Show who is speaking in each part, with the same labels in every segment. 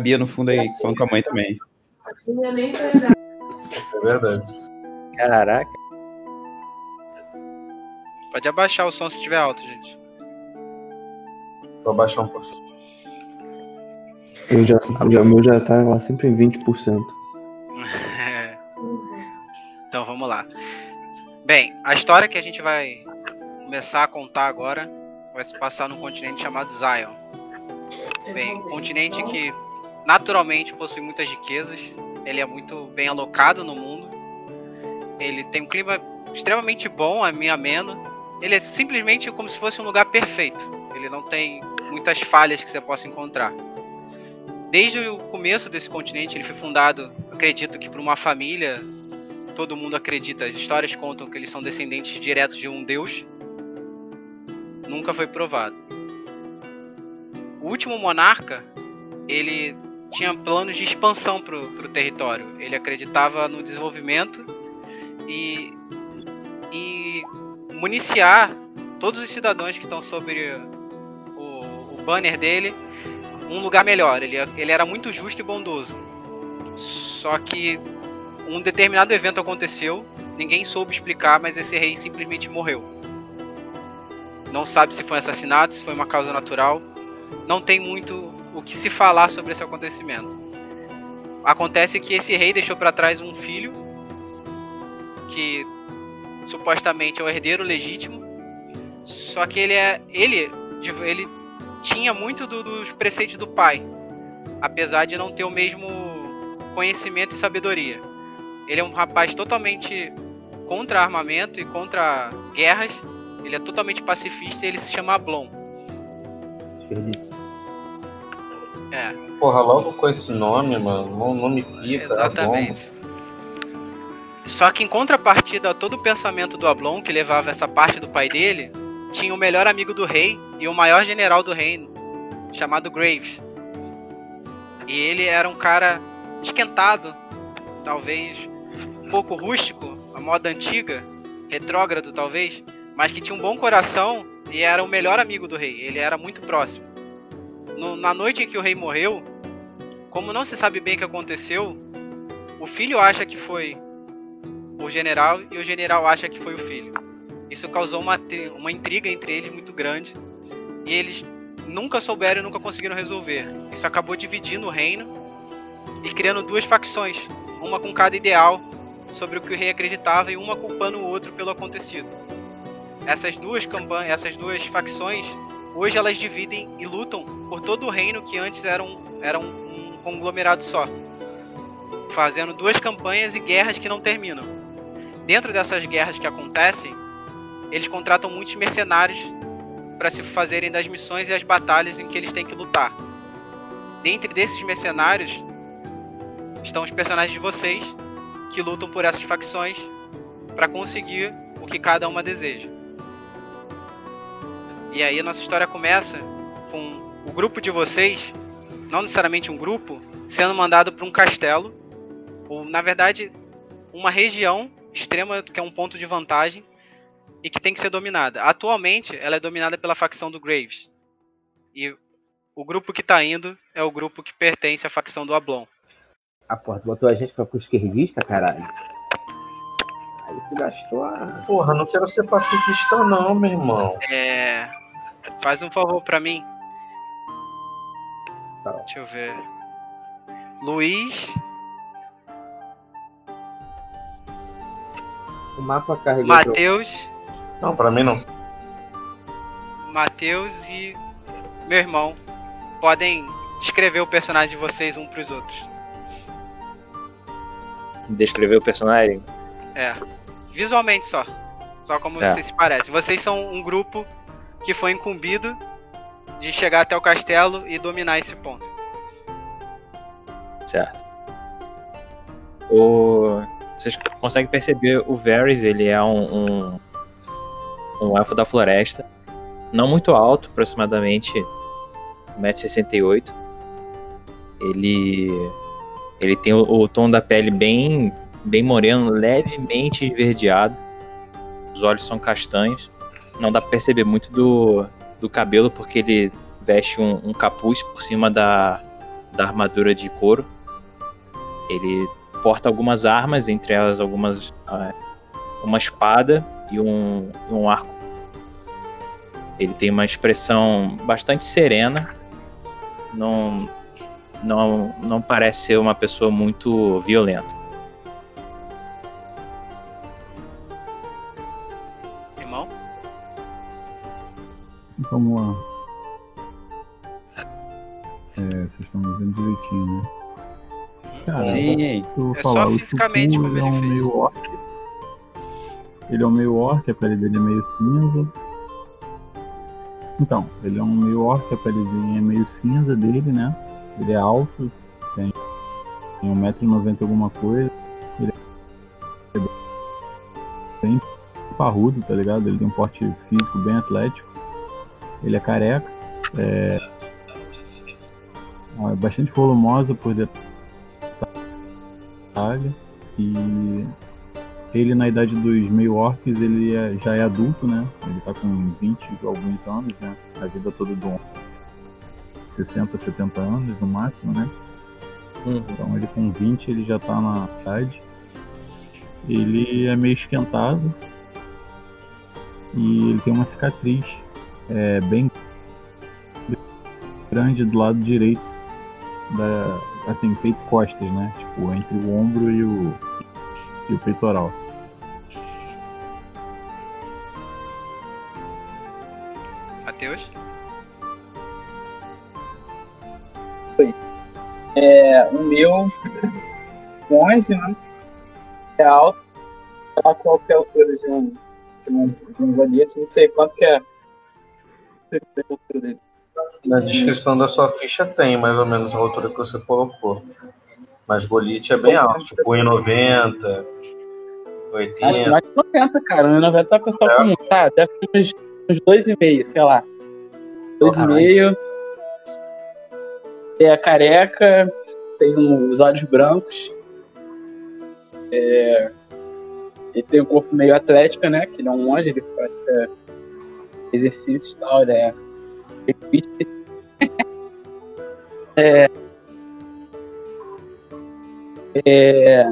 Speaker 1: Bia no fundo aí, falando com a mãe também.
Speaker 2: Eu nem transava.
Speaker 3: É verdade.
Speaker 4: Caraca.
Speaker 5: Pode abaixar o som se estiver alto, gente.
Speaker 3: Vou abaixar um pouquinho.
Speaker 6: Eu já, já, o meu já tá lá sempre em 20%.
Speaker 5: então vamos lá. Bem, a história que a gente vai começar a contar agora vai se passar num continente chamado Zion. Bem, um continente que naturalmente possui muitas riquezas. Ele é muito bem alocado no mundo. Ele tem um clima extremamente bom, a mim ameno. Ele é simplesmente como se fosse um lugar perfeito. Ele não tem muitas falhas que você possa encontrar. Desde o começo desse continente, ele foi fundado, acredito que por uma família. Todo mundo acredita, as histórias contam que eles são descendentes diretos de um deus. Nunca foi provado. O último monarca, ele tinha planos de expansão para o território. Ele acreditava no desenvolvimento e, e municiar todos os cidadãos que estão sobre o, o banner dele um lugar melhor. Ele, ele era muito justo e bondoso. Só que um determinado evento aconteceu, ninguém soube explicar, mas esse rei simplesmente morreu. Não sabe se foi um assassinato, se foi uma causa natural. Não tem muito o que se falar sobre esse acontecimento. Acontece que esse rei deixou para trás um filho que supostamente é o herdeiro legítimo. Só que ele é ele ele tinha muito do- dos preceitos do pai, apesar de não ter o mesmo conhecimento e sabedoria. Ele é um rapaz totalmente contra armamento e contra guerras. Ele é totalmente pacifista e ele se chama Ablon. É.
Speaker 3: Porra, logo com esse nome, mano. Não, não me tá pica.
Speaker 5: Exatamente. Só que em contrapartida a todo o pensamento do Ablon, que levava essa parte do pai dele, tinha o melhor amigo do rei e o maior general do reino, chamado Graves. E ele era um cara esquentado, talvez um pouco rústico, a moda antiga, retrógrado talvez, mas que tinha um bom coração e era o melhor amigo do rei. Ele era muito próximo. No- na noite em que o rei morreu, como não se sabe bem o que aconteceu, o filho acha que foi o general e o general acha que foi o filho. Isso causou uma, tri- uma intriga entre eles muito grande e eles nunca souberam e nunca conseguiram resolver. Isso acabou dividindo o reino e criando duas facções, uma com cada ideal sobre o que o rei acreditava e uma culpando o outro pelo acontecido. Essas duas campanhas, essas duas facções, hoje elas dividem e lutam por todo o reino que antes era um, era um- um conglomerado só fazendo duas campanhas e guerras que não terminam. Dentro dessas guerras que acontecem, eles contratam muitos mercenários para se fazerem das missões e as batalhas em que eles têm que lutar. Dentre desses mercenários estão os personagens de vocês que lutam por essas facções para conseguir o que cada uma deseja. E aí a nossa história começa com o grupo de vocês, não necessariamente um grupo, sendo mandado para um castelo ou na verdade uma região extrema que é um ponto de vantagem e que tem que ser dominada. Atualmente ela é dominada pela facção do Graves. E o grupo que tá indo é o grupo que pertence à facção do Ablon.
Speaker 4: Ah, porra, tu botou a gente pra pro esquerdista, caralho. Aí tu gastou a.
Speaker 3: Porra, não quero ser pacifista, não, meu irmão.
Speaker 5: É... Faz um favor pra mim.
Speaker 4: Tá.
Speaker 5: Deixa eu ver. Luiz
Speaker 4: O mapa carregou. pra-
Speaker 5: Matheus,
Speaker 3: Não, pra mim não.
Speaker 5: Matheus e meu irmão podem descrever o personagem de vocês um pros outros.
Speaker 4: Descrever o personagem.
Speaker 5: É. Visualmente só. Só como
Speaker 4: Certo.
Speaker 5: vocês se parecem. Vocês são um grupo que foi incumbido de chegar até o castelo e dominar esse ponto.
Speaker 4: Certo. O... Vocês conseguem perceber o Varys, ele é um, um, um elfo da floresta. Não muito alto, aproximadamente 1,68m. Ele. Ele tem o, o tom da pele bem, bem moreno, levemente esverdeado. Os olhos são castanhos. Não dá pra perceber muito do, do cabelo, porque ele veste um, um capuz por cima da, da armadura de couro. Ele porta algumas armas, entre elas algumas ah, uma espada e um, e um arco. Ele tem uma expressão bastante serena. Não não não parece ser uma pessoa muito violenta.
Speaker 5: Irmão?
Speaker 7: Vamos lá. É, vocês estão me vendo direitinho, né? Cara,
Speaker 1: Sim.
Speaker 7: eu vou
Speaker 5: É só
Speaker 7: falar, o Shukun,
Speaker 5: fisicamente como
Speaker 7: ele é
Speaker 5: ele
Speaker 7: um
Speaker 5: fez.
Speaker 7: meio orc. Ele é um meio orc, a pele dele é meio cinza. Então, ele é um meio orc, a pelezinha é meio cinza dele, né? Ele é alto, tem, um tem 1,90m alguma coisa. Ele é bem parrudo, tá ligado? Ele tem um porte físico bem atlético. Ele é careca. É... é Bastante volumosa por detrás. Itália, E ele, na idade dos meio orcs, ele é- já é adulto, né? Ele tá com 20 e alguns anos, né? A vida toda do homem. 60, 70 anos no máximo, né?
Speaker 4: Uhum.
Speaker 7: Então ele com 20 ele já tá na idade. Ele é meio esquentado. E ele tem uma cicatriz é, bem grande do lado direito da assim, peito e costas, né? Tipo, entre o ombro e o e o peitoral.
Speaker 5: Matheus?
Speaker 8: É, o meu, 11, né? É alto. Sei lá qual que é a altura de um, de um, de um valete, não sei quanto que é. Não sei qual é a altura dele.
Speaker 3: Na descrição da sua ficha tem mais ou menos a altura que você colocou. Mas Golite é bem alto, tipo 1,90,
Speaker 8: Acho que
Speaker 3: 80.
Speaker 8: mais de 90, cara. 90 tá o pessoal
Speaker 3: É.
Speaker 8: comum. Tá, deve ter uns, uns 2,5, sei lá. 2,5. É careca, tem um- os olhos brancos. É, Ele tem um corpo meio atlético, né? Que ele é um monge, ele pratica exercícios e tal, ele é. fit. É. É.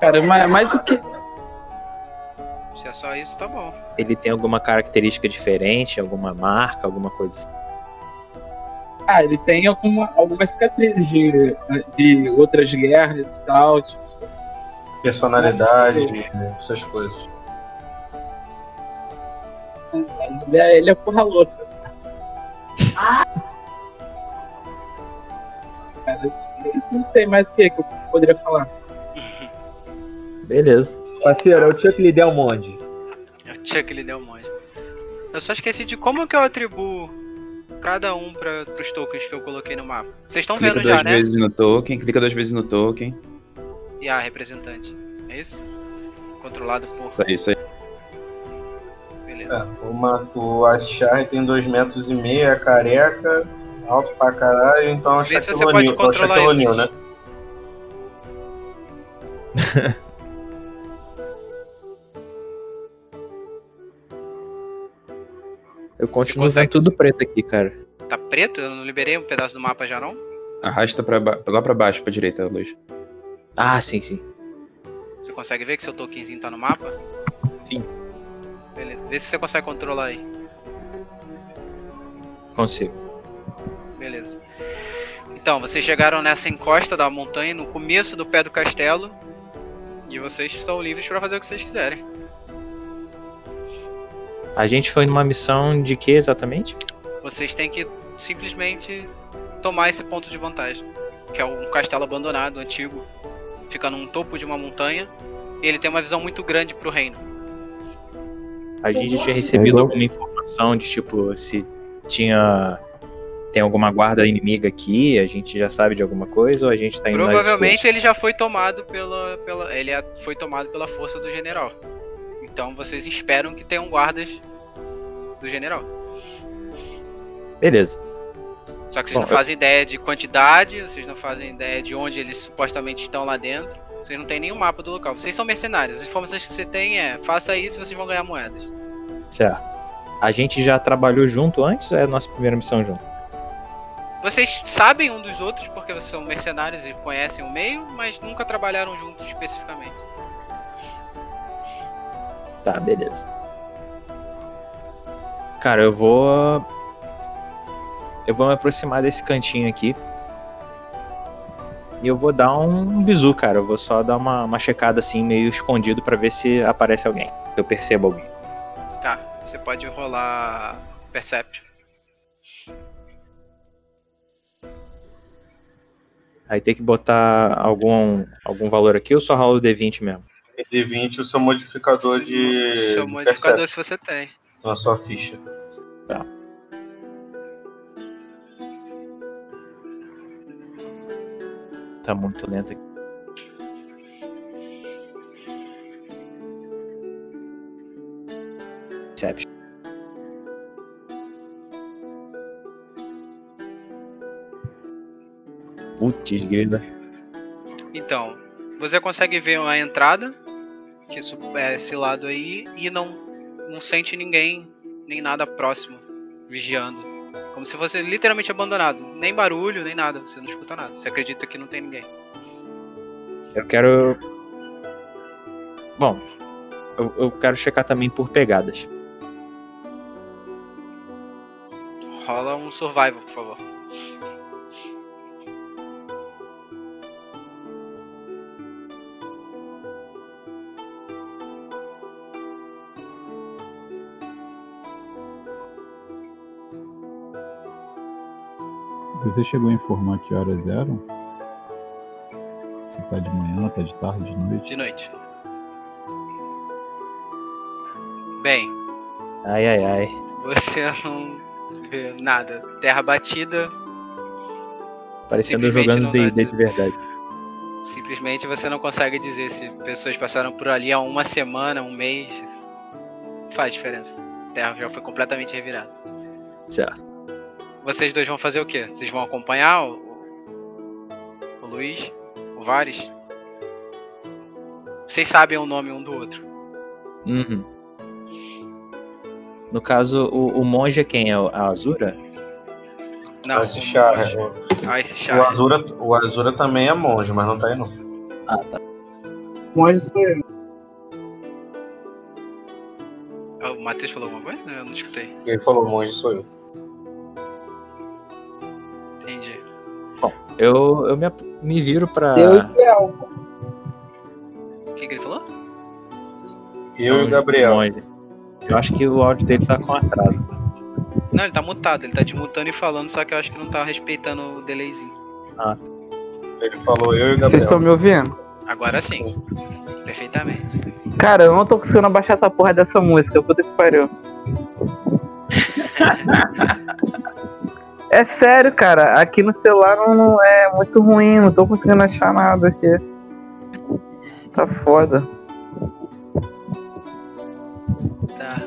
Speaker 8: Cara, mas, mas o que.
Speaker 5: Se é só isso, tá bom.
Speaker 4: Ele tem alguma característica diferente, alguma marca, alguma coisa assim.
Speaker 8: Ah, ele tem alguma, algumas cicatrizes de, de outras guerras e tal. tipo,
Speaker 3: Personalidade, essas coisas.
Speaker 8: mas ele é, ele é porra louca. Cara, isso, isso não sei mais o que, que eu poderia falar.
Speaker 4: Beleza.
Speaker 9: Parceiro, é o Chuck Lidel Monde.
Speaker 5: Eu tinha que lhe deu um monte. Eu só esqueci de como que eu atribuo cada um para os tokens que eu coloquei no mapa. Vocês estão
Speaker 1: Clica
Speaker 5: vendo
Speaker 1: duas
Speaker 5: já, né?
Speaker 1: vezes no token, clica duas vezes no token.
Speaker 5: E a representante. É isso? Controlado por.
Speaker 1: Isso aí, isso aí.
Speaker 5: Beleza.
Speaker 3: É, o Marco Ashar tem 2 metros e meio, é careca, alto pra caralho, então é o
Speaker 5: Vê se
Speaker 3: Shaquille
Speaker 5: você pode
Speaker 3: O'Neal, é o
Speaker 5: controlar
Speaker 3: Shaquille
Speaker 5: ele.
Speaker 3: O'Neal, né?
Speaker 4: Eu continuo
Speaker 5: consegue-
Speaker 4: vendo tudo preto aqui, cara.
Speaker 5: Tá preto? Eu não liberei um pedaço do mapa já não?
Speaker 1: Arrasta pra ba- lá pra baixo, pra direita, Luiz.
Speaker 4: Ah, sim, sim.
Speaker 5: Você consegue ver que seu tokenzinho tá no mapa?
Speaker 4: Sim.
Speaker 5: Beleza. Vê se você consegue controlar aí.
Speaker 4: Consigo.
Speaker 5: Beleza. Então, vocês chegaram nessa encosta da montanha, no começo do pé do castelo. E vocês são livres pra fazer o que vocês quiserem.
Speaker 4: A gente foi numa missão de que exatamente?
Speaker 5: Vocês têm que simplesmente tomar esse ponto de vantagem. Que é um castelo abandonado, antigo. Fica num topo de uma montanha. E ele tem uma visão muito grande pro reino.
Speaker 4: A gente tinha recebido
Speaker 10: igual-
Speaker 4: alguma informação de tipo se tinha tem alguma guarda inimiga aqui, a gente já sabe de alguma coisa ou a gente tá indo nas
Speaker 5: Provavelmente ele já foi tomado pela, pela ele a- foi tomado pela força do general. Então vocês esperam que tenham guardas do general.
Speaker 4: escuras? Beleza.
Speaker 5: Só que vocês
Speaker 4: Bom,
Speaker 5: não
Speaker 4: eu-
Speaker 5: fazem ideia de quantidade, vocês não fazem ideia de onde eles supostamente estão lá dentro. Vocês não têm nenhum mapa do local. Vocês são mercenários. As informações que você tem é faça isso e vocês vão ganhar moedas.
Speaker 4: Certo. A gente já trabalhou junto antes ou é a nossa primeira missão junto?
Speaker 5: Vocês sabem um dos outros porque vocês são mercenários e conhecem o meio, mas nunca trabalharam juntos especificamente.
Speaker 4: Tá, beleza. Cara, eu vou. Eu vou me aproximar desse cantinho aqui. E eu vou dar um bizu, cara. Eu vou só dar uma, uma checada assim, meio escondido, pra ver se aparece alguém. se Eu percebo alguém.
Speaker 5: Tá, você pode rolar Percept.
Speaker 4: Aí tem que botar algum, algum valor aqui ou só rola o D20 mesmo?
Speaker 3: E de 20 o seu modificador de.
Speaker 5: Seu
Speaker 3: de
Speaker 5: modificador
Speaker 3: perception
Speaker 5: se você tem.
Speaker 3: Na sua ficha.
Speaker 4: Tá muito lento aqui. Perception. Putz, grila.
Speaker 5: Então, você consegue ver a entrada, que isso é esse lado aí, e não, não sente ninguém, nem nada próximo, vigiando. Como se fosse literalmente abandonado. Nem barulho, nem nada, você não escuta nada. Você acredita que não tem ninguém.
Speaker 4: Eu quero. Bom, eu, eu quero checar também por pegadas.
Speaker 5: Rola um survival, por favor.
Speaker 7: Você chegou a informar que horas eram? Se tá de manhã, tá de tarde, de noite?
Speaker 5: De noite. Bem,
Speaker 4: Ai, ai, ai.
Speaker 5: você não vê nada. Terra batida,
Speaker 4: Parecendo eu
Speaker 5: Simplesmente
Speaker 4: jogando
Speaker 5: não dá
Speaker 4: D&D de
Speaker 5: de-
Speaker 4: verdade.
Speaker 5: simplesmente você não consegue dizer se pessoas passaram por ali há uma semana, um mês. Faz diferença. A terra já foi completamente revirada.
Speaker 4: Certo.
Speaker 5: Vocês dois vão fazer o quê? Vocês vão acompanhar o, o Luiz? O Vares? Vocês sabem o nome um do outro.
Speaker 4: Uhum. No caso, o, o monge é quem? É o- a Azura?
Speaker 5: Não,
Speaker 3: Esse Chara.
Speaker 5: Ah, esse
Speaker 3: O
Speaker 5: Chara.
Speaker 3: Azura, o Azura também é monge, mas não tá aí não.
Speaker 4: Ah, tá.
Speaker 11: Monge sou eu.
Speaker 5: Ah, O Matheus falou alguma coisa? Eu não escutei.
Speaker 3: Ele falou monge sou eu.
Speaker 5: Entendi.
Speaker 4: Eu, eu me, ap- me viro pra.
Speaker 8: Ah.
Speaker 11: Eu e o Elmo.
Speaker 5: O que, que ele falou?
Speaker 3: Eu e o
Speaker 4: monge-
Speaker 3: Gabriel.
Speaker 4: um monge. Eu acho que o áudio dele tá com atraso.
Speaker 5: Não, ele tá mutado. Ele tá desmutando e falando, só que eu acho que não tá respeitando o delayzinho.
Speaker 3: Ele falou eu e o
Speaker 8: Vocês estão
Speaker 3: Gabriel.
Speaker 8: me ouvindo?
Speaker 5: Agora sim. Perfeitamente.
Speaker 8: Cara, eu não tô conseguindo abaixar essa porra dessa música, puta que pariu. é sério, cara, aqui no celular não- não é muito ruim, não tô conseguindo achar nada aqui. Tá foda.
Speaker 5: Tá.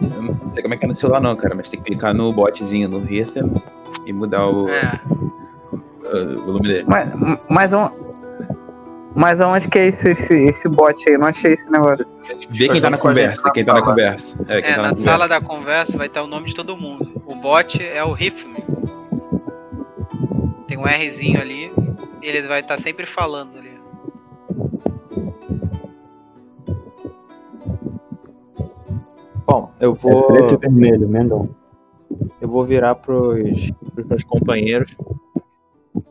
Speaker 1: Eu não sei como é que é no celular não, cara, mas tem que clicar no botzinho, no Rhythm, e mudar o,
Speaker 5: É.
Speaker 1: uh, o volume dele.
Speaker 8: Mas, mas, on- mas aonde que é esse, esse, esse bot aí? Eu Não achei esse negócio.
Speaker 1: Vê quem tá na conversa, quem tá na conversa. É, quem
Speaker 5: É,
Speaker 1: tá
Speaker 5: na
Speaker 1: na
Speaker 5: sala
Speaker 1: conversa.
Speaker 5: da conversa vai estar o nome de todo mundo. O bot é o Riffme. Tem um Rzinho ali. Ele vai estar sempre falando ali.
Speaker 4: Bom, eu
Speaker 6: É
Speaker 4: vou.
Speaker 6: preto e vermelho, Mendon.
Speaker 4: Eu vou virar pros, pros meus companheiros.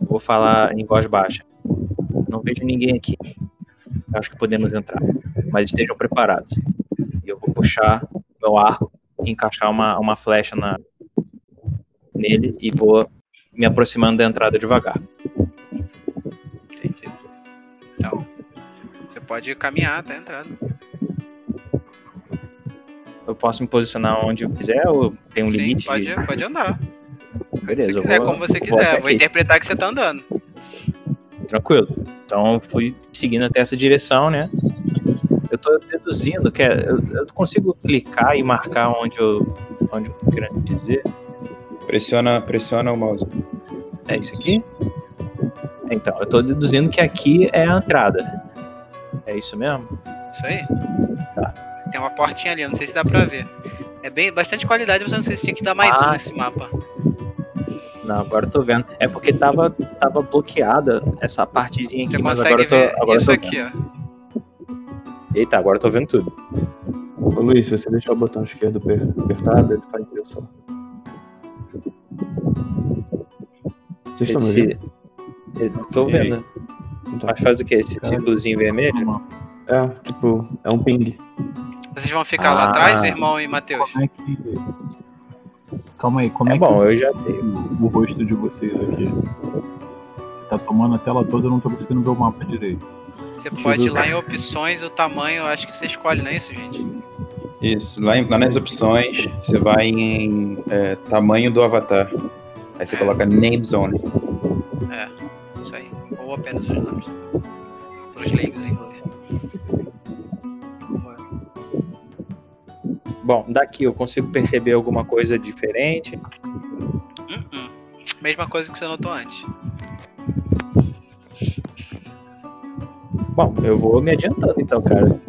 Speaker 4: Vou falar em voz baixa. Não vejo ninguém aqui. Acho que podemos entrar. Mas estejam preparados. E eu vou puxar meu arco, encaixar uma, uma flecha na, nele e vou me aproximando da entrada devagar.
Speaker 5: Entendido. Então, você pode caminhar até a entrada.
Speaker 4: Eu posso me posicionar onde eu quiser ou tem um
Speaker 5: Sim,
Speaker 4: limite?
Speaker 5: pode,
Speaker 4: de...
Speaker 5: pode andar.
Speaker 4: Beleza,
Speaker 5: se
Speaker 4: eu
Speaker 5: quiser,
Speaker 4: vou,
Speaker 5: como você
Speaker 4: vou
Speaker 5: quiser.
Speaker 4: até
Speaker 5: Vou,
Speaker 4: aqui.
Speaker 5: interpretar que você tá andando.
Speaker 4: Tranquilo. Então eu fui seguindo até essa direção, né? Eu tô deduzindo que é, eu, eu consigo clicar e marcar onde eu, onde eu tô querendo dizer.
Speaker 1: Pressiona, pressiona o mouse.
Speaker 4: É isso aqui? Então, eu tô deduzindo que aqui é a entrada. É isso mesmo?
Speaker 5: Isso aí.
Speaker 4: Tá.
Speaker 5: Tem uma portinha ali, eu não sei se um dá pra ver. É bem, bastante qualidade, mas eu não sei se tinha que dar mais
Speaker 4: Ah,
Speaker 5: um nesse mapa.
Speaker 4: Não, agora eu tô vendo. É porque tava, tava bloqueada essa partezinha aqui,
Speaker 5: Você
Speaker 4: mas agora
Speaker 5: consegue
Speaker 4: eu tô.
Speaker 5: ver
Speaker 4: Agora eu
Speaker 5: isso
Speaker 4: tô
Speaker 5: aqui,
Speaker 4: vendo.
Speaker 5: ó.
Speaker 4: Eita, agora eu tô vendo tudo.
Speaker 6: Ô, Luiz, se você deixar o botão esquerdo per- apertado, ele faz isso. ó. Vocês estão me
Speaker 4: Esse-
Speaker 6: ouvindo?
Speaker 4: eu tô vendo. Mas faz o que? Esse círculozinho vermelho?
Speaker 6: É, tipo, é um ping.
Speaker 5: Vocês vão ficar lá
Speaker 4: Ah.
Speaker 5: atrás, irmão e Matheus?
Speaker 7: Como é que. Calma aí, como é,
Speaker 4: É bom,
Speaker 7: que
Speaker 4: eu já dei.
Speaker 7: o, o rosto de vocês aqui? Que Tá tomando a tela toda, eu não tô conseguindo ver o mapa direito.
Speaker 5: Você
Speaker 6: eu
Speaker 5: pode ir
Speaker 6: ver.
Speaker 5: lá em opções, o tamanho, eu acho que você escolhe, não é isso, gente?
Speaker 1: Isso, lá, em- lá nas opções, você vai em é, tamanho do avatar. Aí você coloca name zone.
Speaker 5: É, isso aí. Ou apenas os nomes. Para os leigos, inclusive.
Speaker 4: Bom, daqui eu consigo perceber alguma coisa diferente.
Speaker 5: Hum, hum. Mesma coisa que você notou antes.
Speaker 4: Bom, eu vou me adiantando então, cara.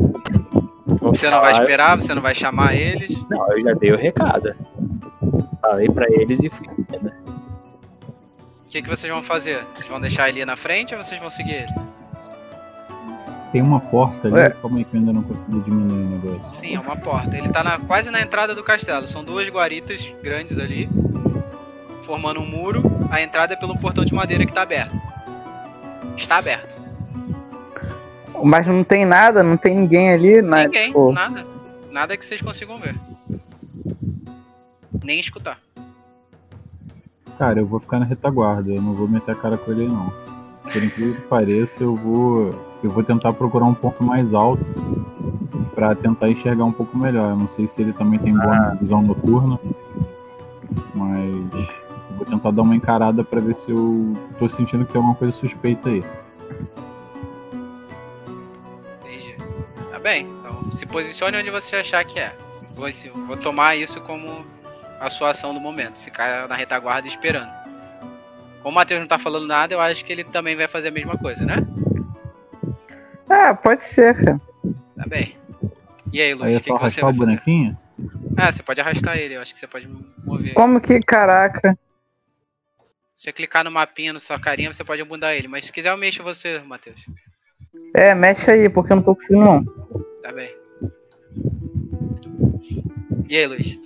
Speaker 4: Vou
Speaker 5: Você não vai
Speaker 4: falar-
Speaker 5: esperar, você não vai chamar eles.
Speaker 4: Não, eu já dei o recado. Falei pra eles e fui. né?
Speaker 5: O que, que vocês vão fazer? Vocês vão deixar ele ir na frente ou vocês vão seguir ele?
Speaker 7: Tem uma porta ali,
Speaker 8: Ué.
Speaker 7: calma aí que eu ainda não consegui diminuir o negócio.
Speaker 5: Sim, é uma porta. Ele tá na- quase na entrada do castelo. São duas guaritas grandes ali, formando um muro. A entrada é pelo portão de madeira que tá aberto. Está aberto.
Speaker 8: Mas não tem nada, não tem ninguém ali. Na,
Speaker 5: Ninguém,
Speaker 8: tipo,
Speaker 5: nada. Nada que vocês consigam ver. Nem escutar.
Speaker 7: Cara, eu vou ficar na retaguarda, eu não vou meter a cara com ele não. Por incrível que pareça, eu vou eu vou tentar procurar um ponto mais alto pra tentar enxergar um pouco melhor. Eu não sei se ele também tem boa visão noturna, mas eu vou tentar dar uma encarada pra ver se eu tô sentindo que tem alguma coisa suspeita aí.
Speaker 5: Entendi. Tá bem. Então se posicione onde você achar que é. Vou, se- vou tomar isso como a sua ação do momento. Ficar na retaguarda esperando. Como o Matheus não tá falando nada, eu acho que ele também vai fazer a mesma coisa, né?
Speaker 8: Ah, pode ser, cara.
Speaker 5: Tá bem. E aí, Luiz,
Speaker 7: Aí é
Speaker 5: o que
Speaker 7: só
Speaker 5: que você
Speaker 7: arrastar o
Speaker 5: vai fazer?
Speaker 7: bonequinho?
Speaker 5: Ah, você pode arrastar ele, eu acho que você pode mover.
Speaker 8: Como que, caraca?
Speaker 5: Se você clicar no mapinha, na sua carinha, você pode mudar ele. Mas se quiser, eu mexo você, Matheus.
Speaker 8: É, mexe aí, porque eu não tô conseguindo, não.
Speaker 5: Tá bem. E aí, Luiz?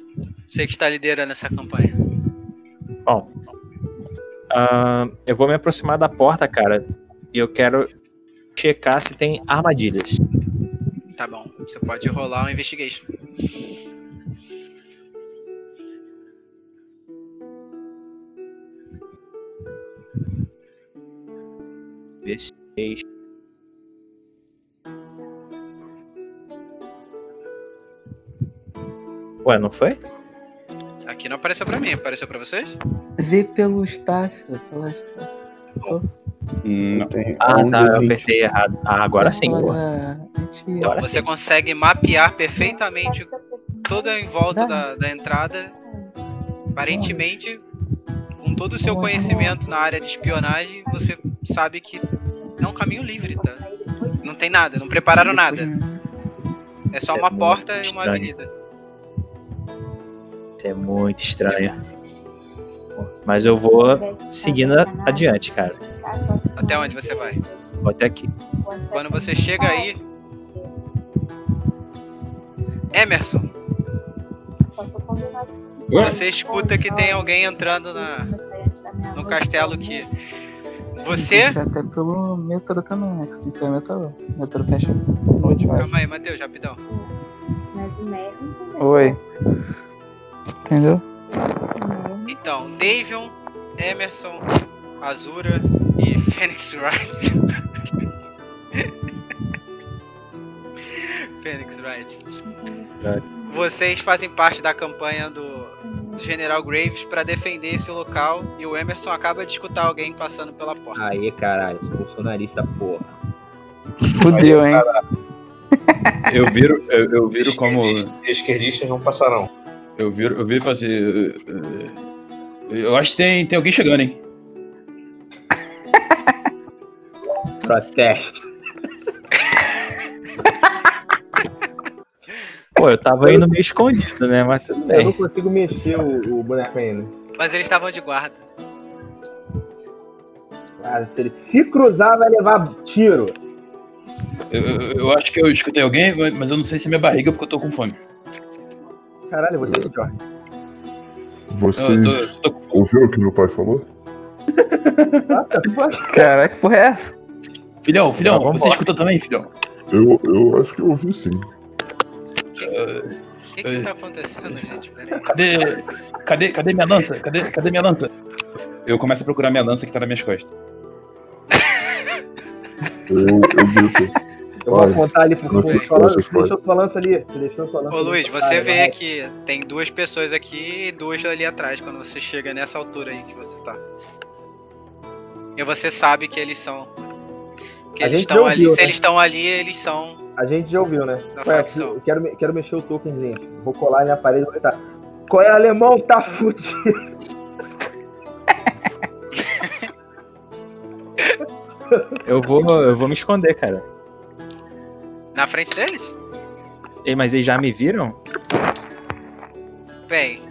Speaker 5: Você que está liderando essa campanha.
Speaker 4: Bom, ah, eu vou me aproximar da porta, cara. E eu quero checar se tem armadilhas.
Speaker 5: Tá bom. Você pode rolar um investigation.
Speaker 4: Investigation. Ué, não foi?
Speaker 5: Aqui não apareceu pra mim, apareceu pra vocês?
Speaker 8: Vê pelo Estácio. Pela Estácio.
Speaker 1: Hum, não.
Speaker 6: Tem
Speaker 4: Ah,
Speaker 6: um
Speaker 4: tá, eu
Speaker 6: D20.
Speaker 4: apertei errado. Ah, agora sim, boa.
Speaker 8: Olha, a gente-
Speaker 4: Agora
Speaker 5: você
Speaker 4: sim.
Speaker 5: consegue mapear perfeitamente toda em volta da, da entrada. Aparentemente, com todo o seu conhecimento na área de espionagem, você sabe que é um caminho livre, tá? Não tem nada, não prepararam nada. É só
Speaker 4: É
Speaker 5: uma
Speaker 4: muito
Speaker 5: porta e uma
Speaker 4: estranho.
Speaker 5: avenida.
Speaker 4: Isso é muito estranho. Mas eu vou seguindo a- adiante, cara.
Speaker 5: Até onde você vai?
Speaker 4: Vou até aqui.
Speaker 5: Quando você chega aí. Emerson, você escuta que tem alguém entrando na, no castelo que. Você.
Speaker 8: Isso é Até pelo metrô também, né? Que tem que ir metrô. Metrô fecha à noite, eu acho.
Speaker 5: Calma aí, Matheus, rapidão.
Speaker 8: Oi. Entendeu?
Speaker 5: Então, Davion, Emerson, Azura e Phoenix Wright. Phoenix Wright. Vocês fazem parte da campanha do General Graves para defender esse local e o Emerson acaba de escutar alguém passando pela porta.
Speaker 12: Aí, caralho, sou bolsonarista, porra.
Speaker 8: Fudeu, hein?
Speaker 1: Eu viro, eu, eu viro como.
Speaker 3: Esquerdistas, esquerdistas não passarão.
Speaker 1: Eu viro, eu viro fazer. eh, Eu acho que tem, tem alguém chegando, hein?
Speaker 12: Protesto.
Speaker 4: Pô, eu tava indo meio escondido, né? Mas tudo
Speaker 13: Eu
Speaker 4: bem. né?
Speaker 13: não consigo mexer o, o boneco ainda.
Speaker 5: Mas eles estavam de guarda.
Speaker 13: Ah, se ele se cruzar, vai levar tiro.
Speaker 1: Eu, eu- eu acho que eu escutei alguém, mas eu não sei se é minha barriga, porque eu tô com fome.
Speaker 13: Caralho, você,
Speaker 4: é
Speaker 13: Jorge.
Speaker 14: Vocês ouviram o que meu pai falou?
Speaker 8: Caraca, que porra é essa?
Speaker 1: Filhão, filhão,
Speaker 4: Então,
Speaker 1: você escuta também, filhão?
Speaker 14: Eu, eu acho que eu ouvi sim.
Speaker 5: O que que tá acontecendo, gente? Peraí.
Speaker 1: Cadê, cadê, cadê minha lança? Cadê, cadê minha lança? Eu começo a procurar minha lança que tá nas minhas costas.
Speaker 14: Eu, eu grito.
Speaker 13: Eu vou
Speaker 14: Pai,
Speaker 13: apontar ali pro
Speaker 14: não
Speaker 13: fundo.
Speaker 14: fiz
Speaker 13: Sua lança,
Speaker 14: coisas,
Speaker 13: você
Speaker 14: pai.
Speaker 13: deixou sua lança ali. Você deixou sua lança
Speaker 5: Ô
Speaker 13: ali.
Speaker 5: Luiz,
Speaker 13: Ah,
Speaker 5: você
Speaker 13: é.
Speaker 5: vê que tem duas pessoas aqui e duas ali atrás quando você chega nessa altura aí que você tá. E você sabe que eles são. Que
Speaker 13: A
Speaker 5: eles
Speaker 13: gente
Speaker 5: estão
Speaker 13: já
Speaker 5: ali.
Speaker 13: ouviu,
Speaker 5: Se
Speaker 13: né?
Speaker 5: eles estão ali, eles são.
Speaker 13: A gente já ouviu, né?
Speaker 5: Da
Speaker 13: Ué,
Speaker 5: facção.
Speaker 13: eu quero, me- quero mexer o tokenzinho. Vou colar ali na parede e vou gritar. Qual é alemão? Tá fudido.
Speaker 4: Eu vou, eu vou me esconder, cara.
Speaker 5: Na frente deles?
Speaker 4: Ei, mas eles já me viram?
Speaker 5: Bem,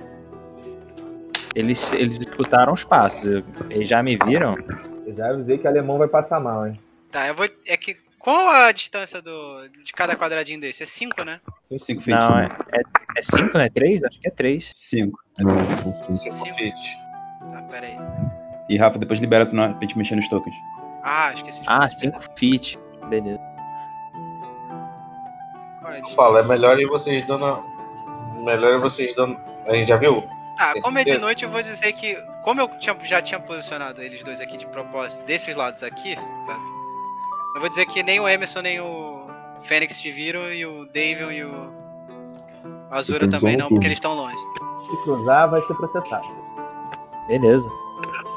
Speaker 4: Eles, eles escutaram os passos. eu- Eles já me viram?
Speaker 13: Eu já avisei que alemão vai passar mal, hein?
Speaker 5: tá, eu vou. É que. Qual a distância do, de cada quadradinho desse? É 5, né?
Speaker 1: Tem 5 feet.
Speaker 4: Não, é 5, é, é cinco, né? 3? Acho que é 3.
Speaker 1: 5.
Speaker 5: Tá, peraí.
Speaker 1: E Rafa, depois libera pra nós- pra gente mexer nos tokens.
Speaker 5: Ah, esqueci. de
Speaker 4: Ah, 5 feet. Beleza.
Speaker 5: qual é a distância.
Speaker 3: Fala, é melhor ir vocês dando. Melhor ir vocês dando. A gente já viu?
Speaker 5: Ah,
Speaker 3: Tem
Speaker 5: como é de
Speaker 3: certeza?
Speaker 5: noite, eu vou dizer que. Como eu tinha- já tinha posicionado eles dois aqui de propósito, desses lados aqui, sabe? Eu vou dizer que nem o Emerson, nem o Fênix te viram, e o Davion e o Azura
Speaker 13: Então,
Speaker 5: também não,
Speaker 13: tudo.
Speaker 5: porque eles estão longe.
Speaker 13: Se cruzar, vai ser processado.
Speaker 4: Beleza.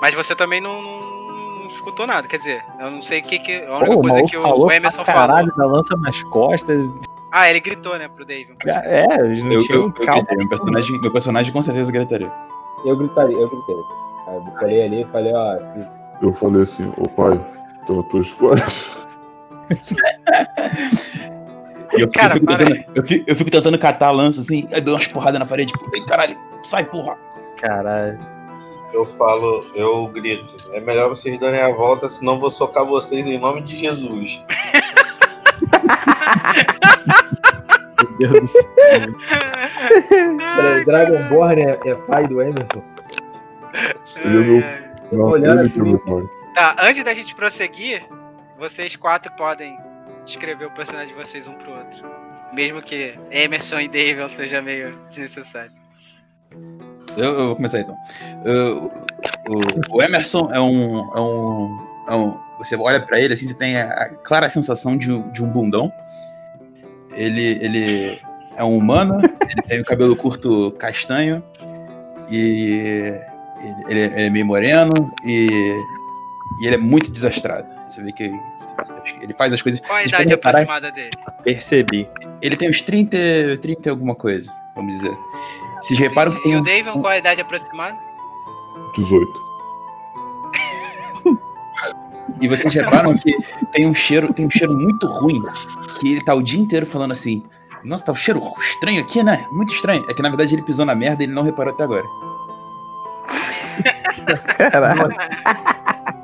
Speaker 5: Mas você também não, não- não escutou nada, quer dizer, eu não sei o que que. A única
Speaker 4: Pô, o
Speaker 5: coisa
Speaker 4: maluco
Speaker 5: que o,
Speaker 4: falou
Speaker 5: o Emerson
Speaker 4: pra
Speaker 5: falou.
Speaker 4: caralho da lança nas costas.
Speaker 5: Ah, ele gritou, né, pro Davion.
Speaker 4: Ca- É, eles não
Speaker 1: Eu, eu,
Speaker 4: tinham
Speaker 1: eu
Speaker 4: calma.
Speaker 1: gritei,
Speaker 5: um
Speaker 1: meu personagem, meu personagem com certeza gritaria.
Speaker 12: Eu gritaria, eu gritei. Eu falei ali e falei, ó.
Speaker 14: Eu falei assim, ô pai, então estão as tuas costas.
Speaker 1: E eu, eu, fico tentando, eu, fico, eu fico tentando catar a lança assim, aí dou umas porradas na parede. tipo, Ei, caralho, sai, porra!
Speaker 4: Caralho.
Speaker 3: Eu falo, eu grito. É melhor vocês darem a volta, senão eu vou socar vocês em nome de Jesus.
Speaker 4: Meu Deus do céu.
Speaker 5: Ah,
Speaker 13: Peraí,
Speaker 5: tá.
Speaker 13: Dragonborn é, é pai do Emerson?
Speaker 14: Ele é meu. Não,
Speaker 13: Olhando
Speaker 14: ele que é meu pai.
Speaker 5: Tá, antes da gente prosseguir, vocês quatro podem descrever o personagem de vocês um pro outro. Mesmo que Emerson e David seja meio desnecessário.
Speaker 1: Eu, eu vou começar então. Eu- o, o Emerson é um, é, um, é um- Você olha pra ele assim, você tem a, a clara sensação de, um- de um bundão. Ele, ele é um humano, ele tem o cabelo curto castanho, e ele, ele é- ele é meio moreno, e, e ele é muito desastrado. Você vê que ele faz as coisas.
Speaker 5: Qual a
Speaker 1: vocês
Speaker 5: idade
Speaker 1: podem reparar-
Speaker 5: aproximada dele?
Speaker 4: Percebi.
Speaker 1: Ele tem uns 30, 30 e alguma coisa, vamos dizer. Vocês reparam que tem
Speaker 5: E o
Speaker 1: um,
Speaker 5: David, qual a idade aproximada?
Speaker 14: 18.
Speaker 1: E vocês reparam que tem um cheiro, tem um cheiro muito ruim, que ele tá o dia inteiro falando assim: "Nossa, tá um cheiro estranho aqui, né? Muito estranho". É que na verdade ele pisou na merda e ele não reparou até agora.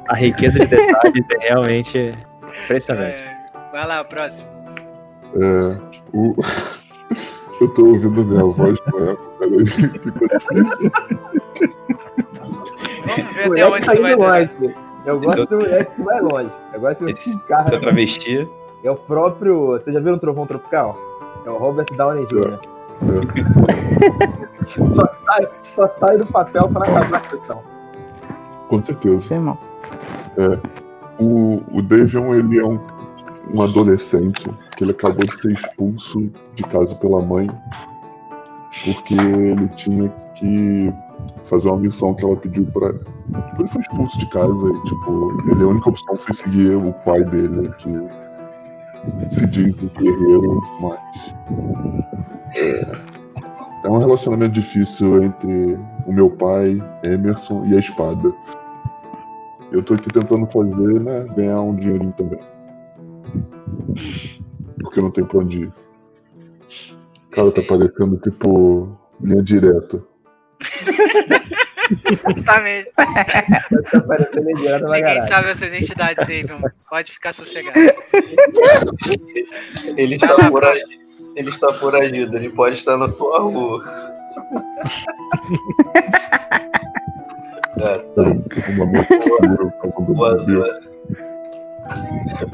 Speaker 4: A riqueza de detalhes é realmente
Speaker 1: Tá
Speaker 4: impressionante.
Speaker 5: É, Vai lá, o próximo.
Speaker 14: É, o... Eu tô ouvindo a minha voz é na época, peraí, fica difícil.
Speaker 5: Vamos
Speaker 13: O
Speaker 5: ver até
Speaker 13: moleque
Speaker 5: onde
Speaker 13: tá
Speaker 5: isso vai
Speaker 13: indo
Speaker 5: dar.
Speaker 13: longe. Eu gosto do moleque que vai longe. Eu gosto
Speaker 1: desse
Speaker 13: cara.
Speaker 1: Essa travesti.
Speaker 13: É o próprio. Vocês já viram o Trovão Tropical? É o Robert Downey Jr. só, sai, só sai do papel pra acabar a questão.
Speaker 14: Com certeza. É, o, o Devion, ele é um, um adolescente que ele acabou de ser expulso de casa pela mãe porque ele tinha que fazer uma missão que ela pediu pra. Tipo, ele foi expulso de casa e, tipo, ele, a única opção foi seguir o pai dele, né, que se diz um guerreiro, mas. É, é um relacionamento difícil entre o meu pai, Emerson, e a espada. Eu tô aqui tentando fazer, né? Ganhar um dinheirinho também. Porque não tem pra onde ir. Cara, tá parecendo tipo linha direta.
Speaker 5: Exatamente.
Speaker 13: Tá parecendo idiota na
Speaker 5: Ninguém
Speaker 13: garagem.
Speaker 5: sabe essa identidade dele, irmão. Pode ficar sossegado.
Speaker 3: Ele está, foragido, ele está foragido, ele pode estar na sua rua. É,
Speaker 14: Uma mistura, falando
Speaker 3: o azul é.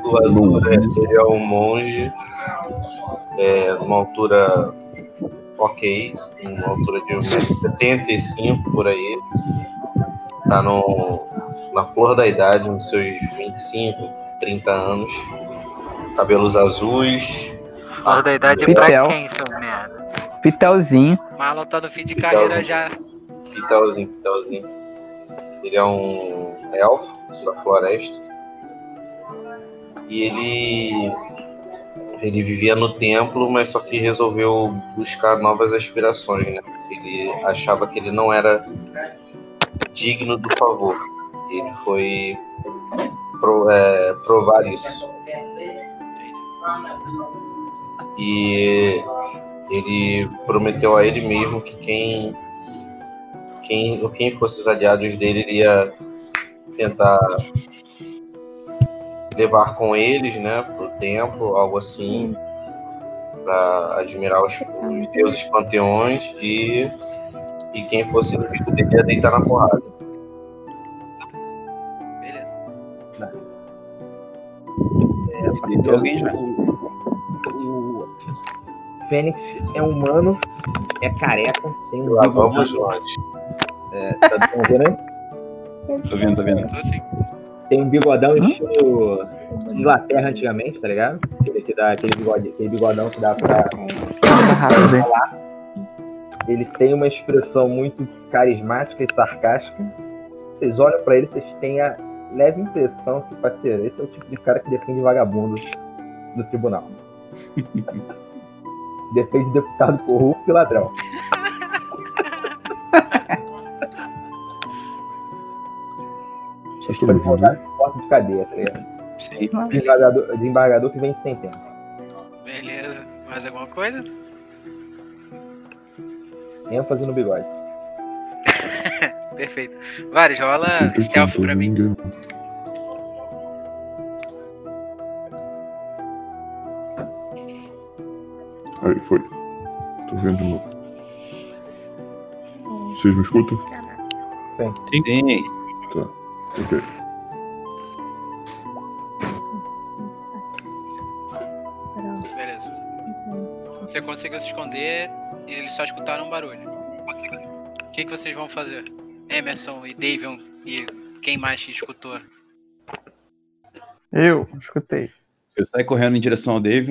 Speaker 3: O azul é, ele é um monge, é, numa altura ok, uma altura de 1,75m por aí. Tá no, na flor da idade, nos seus 25, 30 anos. Cabelos azuis.
Speaker 15: Flor da idade pra
Speaker 3: Pitel.
Speaker 15: Tá quem, seu merda?
Speaker 8: Pitelzinho.
Speaker 5: Marlon tá no fim de carreira já.
Speaker 3: Pitelzinho, Pitelzinho. Ele é um elfo da floresta. E ele. Ele vivia no templo, mas só que resolveu buscar novas aspirações, né? Ele achava que ele não era digno do favor. E ele foi pro- é, provar isso. E ele prometeu a ele mesmo que quem quem, quem fosse os aliados dele iria tentar levar com eles, né, pro templo, algo assim, para admirar os, os deuses panteões e, e quem fosse inimigo dele ia deitar na porrada.
Speaker 1: Deitou alguém já.
Speaker 13: Então, O Fênix é humano, é careca, tem um.
Speaker 3: Lá
Speaker 13: bigode.
Speaker 3: vamos longe.
Speaker 13: É, tá tá vendo aí?
Speaker 1: Tô vendo, tô vendo.
Speaker 5: Então, assim,
Speaker 13: Tem um bigodão estilo Inglaterra antigamente, tá ligado? Aquele, que dá, aquele, bigode, aquele bigodão que dá pra falar. Eles têm uma expressão muito carismática e sarcástica. Vocês olham pra ele, vocês têm a leve impressão que, parceiro, esse é o tipo de cara que defende vagabundo no tribunal. defende deputado corrupto e ladrão.
Speaker 14: Vocês estão me ouvindo? né?
Speaker 13: porta de cadeia, tá ligado? Desembargador, desembargador que vem sem tempo.
Speaker 5: Beleza. Mais alguma coisa?
Speaker 13: ênfase no bigode.
Speaker 5: Perfeito. Vários, rola
Speaker 14: Vocês estão
Speaker 5: stealth pra mim.
Speaker 14: me ouvindo? Aí, foi. Tô vendo de novo. Vocês me escutam?
Speaker 13: Sim.
Speaker 1: Sim.
Speaker 14: Tá. Ok.
Speaker 5: Beleza. Você conseguiu se esconder e eles só escutaram um barulho. O que, que vocês vão fazer? Emerson e Davion e quem mais que escutou?
Speaker 8: Eu escutei.
Speaker 1: Eu saio correndo em direção ao David.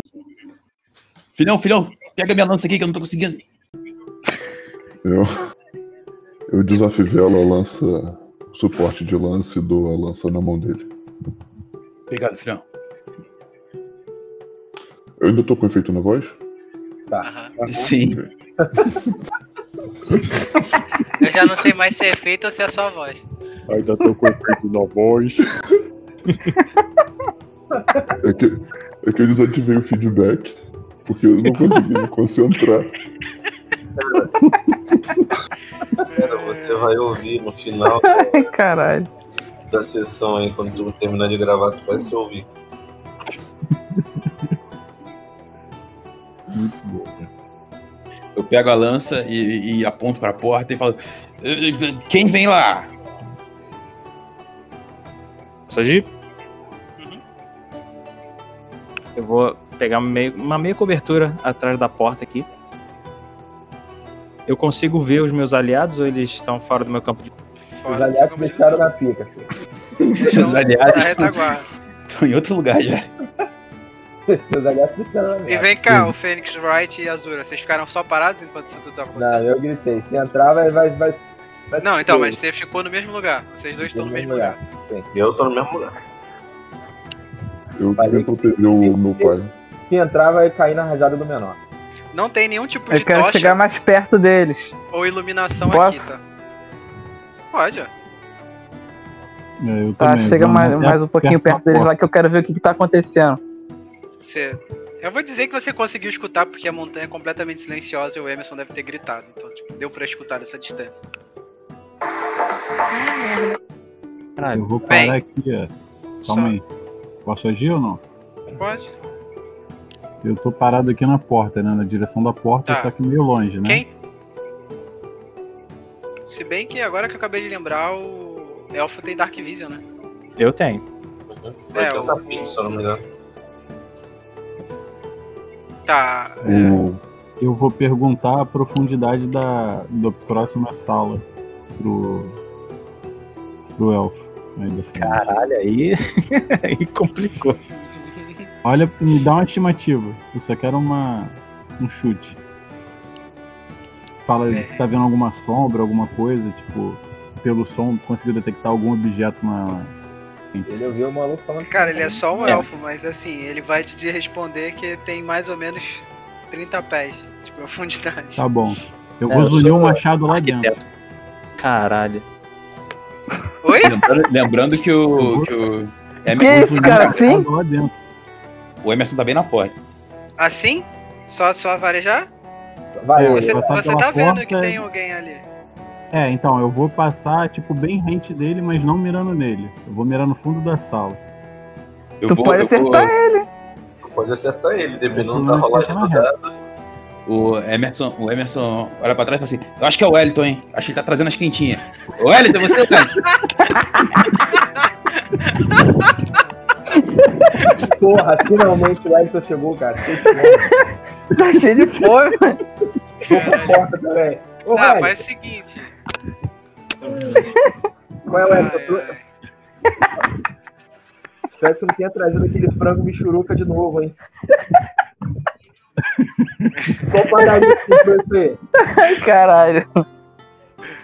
Speaker 1: Filhão, filhão, pega minha lança aqui que eu não tô conseguindo.
Speaker 14: Eu, eu desafivelo a lança, o suporte de lance e dou a lança na mão dele.
Speaker 1: Obrigado, filhão.
Speaker 14: Eu ainda tô com efeito na voz?
Speaker 13: Tá.
Speaker 1: Sim.
Speaker 5: Eu já não sei mais se é feito ou se é só a voz.
Speaker 16: Ainda tô com efeito na voz.
Speaker 14: É que, é que eu desativei o feedback, porque eu não consegui me concentrar.
Speaker 3: Cara, você vai ouvir no final
Speaker 8: Caralho.
Speaker 3: da sessão aí, quando tu terminar de gravar, tu vai se ouvir.
Speaker 7: Muito bom, cara.
Speaker 1: Eu pego a lança e, e aponto pra porta e falo: "Eh, eh, Quem vem lá?
Speaker 4: Soji? Uhum. Eu vou pegar meio- uma meia cobertura atrás da porta aqui. Eu consigo ver os meus aliados ou eles estão fora do meu campo de.
Speaker 13: Os aliados deixaram na pica. filho.
Speaker 1: Seus aliados
Speaker 5: na
Speaker 1: estão
Speaker 5: retaguarda.
Speaker 1: estão em outro lugar já.
Speaker 13: Os aliados deixaram na
Speaker 5: E
Speaker 13: merda.
Speaker 5: vem cá, o Fênix Wright e Azura, vocês ficaram só parados enquanto isso tudo tava
Speaker 13: Não,
Speaker 5: acontecendo?
Speaker 13: eu gritei. Se entrar, vai. vai, vai, vai
Speaker 5: Não, então, mas você ficou no mesmo lugar. Vocês dois estão no mesmo lugar.
Speaker 3: Eu tô no mesmo lugar.
Speaker 14: Eu queria proteger o meu pai.
Speaker 13: Se entrar, vai cair na rajada do menor.
Speaker 5: Não tem nenhum tipo
Speaker 8: Eu
Speaker 5: de
Speaker 8: quero
Speaker 5: tocha
Speaker 8: chegar mais perto deles.
Speaker 5: ou iluminação
Speaker 8: Posso?
Speaker 5: aqui, tá? Pode, ó.
Speaker 7: É, eu
Speaker 8: Tá,
Speaker 7: também,
Speaker 8: chega
Speaker 7: vamos
Speaker 8: mais,
Speaker 7: até
Speaker 8: mais um pouquinho
Speaker 7: da
Speaker 8: perto deles
Speaker 7: porta.
Speaker 8: lá que eu quero ver o que, que tá acontecendo.
Speaker 5: Você... Eu vou dizer que você conseguiu escutar porque a montanha é completamente silenciosa e o Emerson deve ter gritado. Então, tipo, deu pra escutar dessa distância.
Speaker 7: Eu vou parar aqui, ó. Calma aí. Posso agir ou não?
Speaker 5: Pode?
Speaker 7: Eu tô parado aqui na porta, né? Na direção da porta, só que meio longe, né?
Speaker 5: Tá. Quem? Se bem que agora que eu acabei de lembrar, o Elfo tem Dark Vision, né?
Speaker 4: Eu tenho.
Speaker 5: É,
Speaker 3: Eu tá fixo, se eu não me engano.
Speaker 5: Tá.
Speaker 7: É. Eu vou perguntar a profundidade da, da próxima sala pro, pro elfo. Aí da frente.
Speaker 4: Caralho, aí, aí complicou.
Speaker 7: Olha, me dá uma estimativa. Eu só quero uma, um chute. Fala
Speaker 5: É.
Speaker 7: se tá vendo alguma sombra, alguma coisa, tipo, pelo som, conseguiu detectar algum objeto na.
Speaker 13: Ele ouviu o maluco falando.
Speaker 5: Cara, ele é só um
Speaker 7: É.
Speaker 5: elfo, mas assim, ele vai te de- responder que tem mais ou menos 30 pés tipo, um de profundidade.
Speaker 7: Tá bom. Eu
Speaker 4: É,
Speaker 7: vou
Speaker 4: eu
Speaker 7: zunir
Speaker 4: sou
Speaker 7: o machado lá dentro.
Speaker 4: Caralho.
Speaker 5: Oi?
Speaker 1: Lembrando, lembrando que o. Que o
Speaker 5: isso, cara,
Speaker 1: tá bem
Speaker 5: assim?
Speaker 1: lá
Speaker 7: um dentro.
Speaker 1: O Emerson tá bem na porta.
Speaker 5: Assim? Só, só varejar?
Speaker 7: É,
Speaker 5: você
Speaker 7: passar
Speaker 5: você
Speaker 7: pela
Speaker 5: tá vendo
Speaker 7: porta-
Speaker 5: que tem alguém ali.
Speaker 7: É, então, eu vou passar, tipo, bem rente dele, mas não mirando nele. Eu vou mirar no fundo da sala.
Speaker 1: Eu Tu vou- pode eu vou- acertar
Speaker 7: ele.
Speaker 3: Pode acertar ele,
Speaker 7: Eu
Speaker 3: dependendo
Speaker 7: tô
Speaker 3: da
Speaker 7: na
Speaker 3: rolagem do dado.
Speaker 1: O Emerson, o Emerson olha pra trás e fala assim: Eu acho que é o Wellington, hein? Acho que ele tá trazendo as quentinhas. Ô, Wellington, você, é Wellington?
Speaker 13: Porra, finalmente o Elton chegou, cara.
Speaker 8: Tá cheio de fome, mano.
Speaker 13: Vou pra porta também. Ô,
Speaker 5: ah,
Speaker 13: Elton,
Speaker 5: faz o seguinte.
Speaker 13: qual é o Elton? Espero que tu não tenha trazido aquele frango michuruca de novo, hein? Qual padaria que tu trouxe aí?
Speaker 8: Caralho.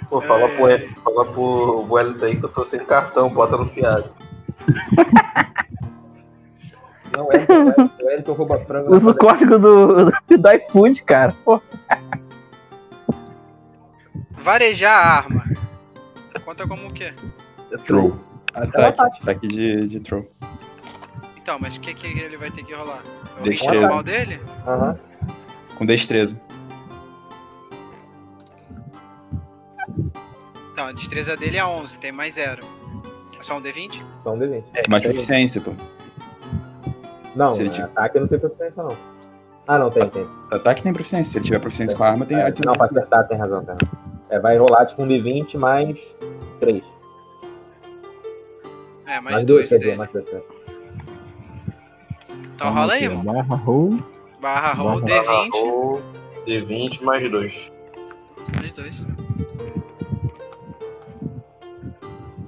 Speaker 3: Pô, fala pro, El- fala pro Wellington aí que eu tô sem cartão, bota no fiado.
Speaker 13: Não, é o Elton- o Elton rouba frango. né?
Speaker 8: Usa o código do, do, do iFood, cara. Pô,
Speaker 5: Varejar a arma. Conta como é. o quê?
Speaker 1: Troll. Ataque.
Speaker 5: ataque.
Speaker 1: Ataque de, de troll.
Speaker 5: Então, mas o que, que ele vai ter que rolar? É o risco
Speaker 1: Destreza.
Speaker 5: normal dele?
Speaker 13: Aham.
Speaker 1: Com destreza.
Speaker 5: Não, a destreza dele é 11, tem mais 0. É só um D20?
Speaker 13: Só um D20.
Speaker 1: Mais proficiência, pô.
Speaker 13: Não,
Speaker 1: Se ele tiver-
Speaker 13: ataque não tem proficiência, não. Ah, não, tem, tem.
Speaker 1: Ataque tem proficiência. Se ele tiver proficiência com a arma, tem.
Speaker 13: É, não, pra acertar, tem razão, tem razão. É, vai rolar tipo um D20 mais 3.
Speaker 5: É, mais,
Speaker 13: mais
Speaker 5: dois,
Speaker 13: 2, quer
Speaker 5: dele.
Speaker 1: né?
Speaker 13: dizer, né? mais 2.
Speaker 5: Então rola aí, irmão.
Speaker 7: Barra roll.
Speaker 5: Barra roll,
Speaker 3: Barra
Speaker 5: D20.
Speaker 3: roll, D20 mais 2.
Speaker 5: Mais dois.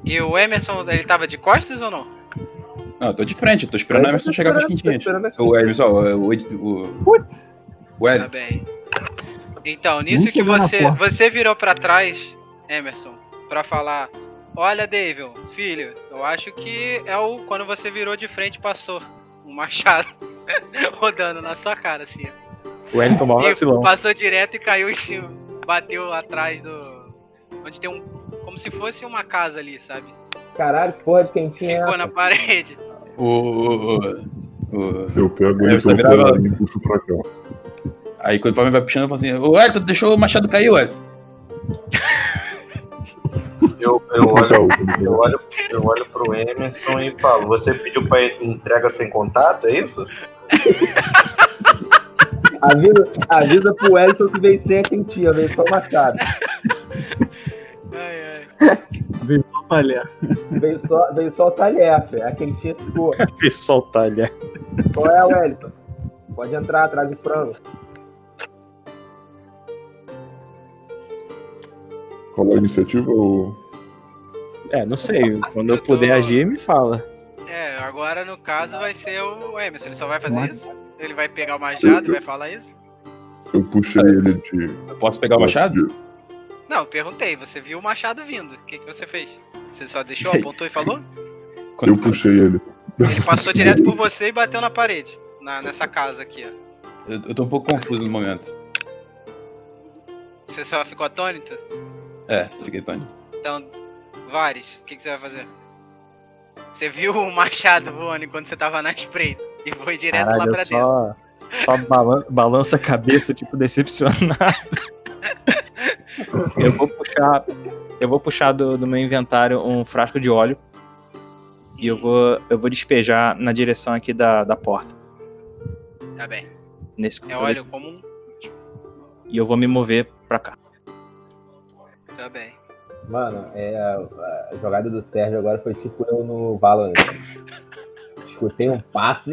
Speaker 5: E o Emerson, ele tava de costas ou não?
Speaker 1: Não, eu tô de frente, eu tô esperando o Emerson chegar com as quentinhas. O Emerson, ó, o. o, o...
Speaker 7: Putz!
Speaker 1: O
Speaker 5: Tá
Speaker 1: Wellington.
Speaker 5: bem. Então, nisso que
Speaker 1: chegou na
Speaker 5: você,
Speaker 1: porta.
Speaker 5: você virou pra trás, Emerson, pra falar: Olha, Davion, filho, eu acho que é o. Quando você virou de frente, passou um machado rodando na sua cara, assim.
Speaker 4: O Wellington mal
Speaker 5: E
Speaker 4: vacilão.
Speaker 5: passou direto e caiu em cima. Bateu atrás do. Onde tem um. Como se fosse uma casa ali, sabe?
Speaker 13: Caralho, que porra de quentinha é
Speaker 5: Ficou
Speaker 13: essa?
Speaker 5: na parede.
Speaker 1: O. o, o,
Speaker 14: Eu pego
Speaker 1: É,
Speaker 14: ele
Speaker 1: você
Speaker 14: pelo
Speaker 1: virava-
Speaker 14: colarinho e puxo pra cá.
Speaker 1: Aí quando o Flamengo vai puxando, eu falo assim, ô Wellington, deixou o machado cair, Wellington.
Speaker 3: Eu, eu, olho, eu, olho, eu olho pro Emerson e falo, você pediu pra ele entrega sem contato, é isso?
Speaker 13: Avisa, avisa pro Elton que veio sem a quentinha, veio só machado.
Speaker 7: Veio só talher.
Speaker 13: Veio só, veio só o É talher, fé. A quentinha ficou.
Speaker 4: Vê só o talher.
Speaker 13: Qual é, Wellington? Pode entrar atrás do frango.
Speaker 14: Rola a iniciativa ou.
Speaker 4: É, não sei. Quando eu puder agir, me fala.
Speaker 5: É, agora no caso vai ser o Emerson. Ele só vai fazer isso? Ele vai pegar o machado e vai falar isso?
Speaker 14: Eu puxei ele de.
Speaker 1: Eu posso pegar o machado?
Speaker 5: Não, eu perguntei. Você viu o machado vindo. O que, que você fez? Você só deixou, apontou e falou?
Speaker 14: Eu puxei ele.
Speaker 5: Ele passou direto por você e bateu na parede. na- nessa casa aqui, ó.
Speaker 1: Eu, eu tô um pouco confuso no momento.
Speaker 5: Você só ficou atônito?
Speaker 1: É, fiquei tonto.
Speaker 5: Então, Vares, o que, que você vai fazer? Você viu o machado voando enquanto você tava na espreita e foi direto lá
Speaker 4: Caralho,
Speaker 5: pra
Speaker 4: eu só, só balan- balança a cabeça, tipo, decepcionado. eu vou puxar Eu vou puxar do, do meu inventário um frasco de óleo. E eu vou, eu vou despejar na direção aqui da, da porta.
Speaker 5: Tá bem.
Speaker 4: Nesse
Speaker 5: É
Speaker 4: corredor.
Speaker 5: óleo comum?
Speaker 4: E eu vou me mover pra cá.
Speaker 5: Tá bem.
Speaker 13: Mano, é, a, a jogada do Sérgio agora foi tipo eu no Valorant. Escutei um passo.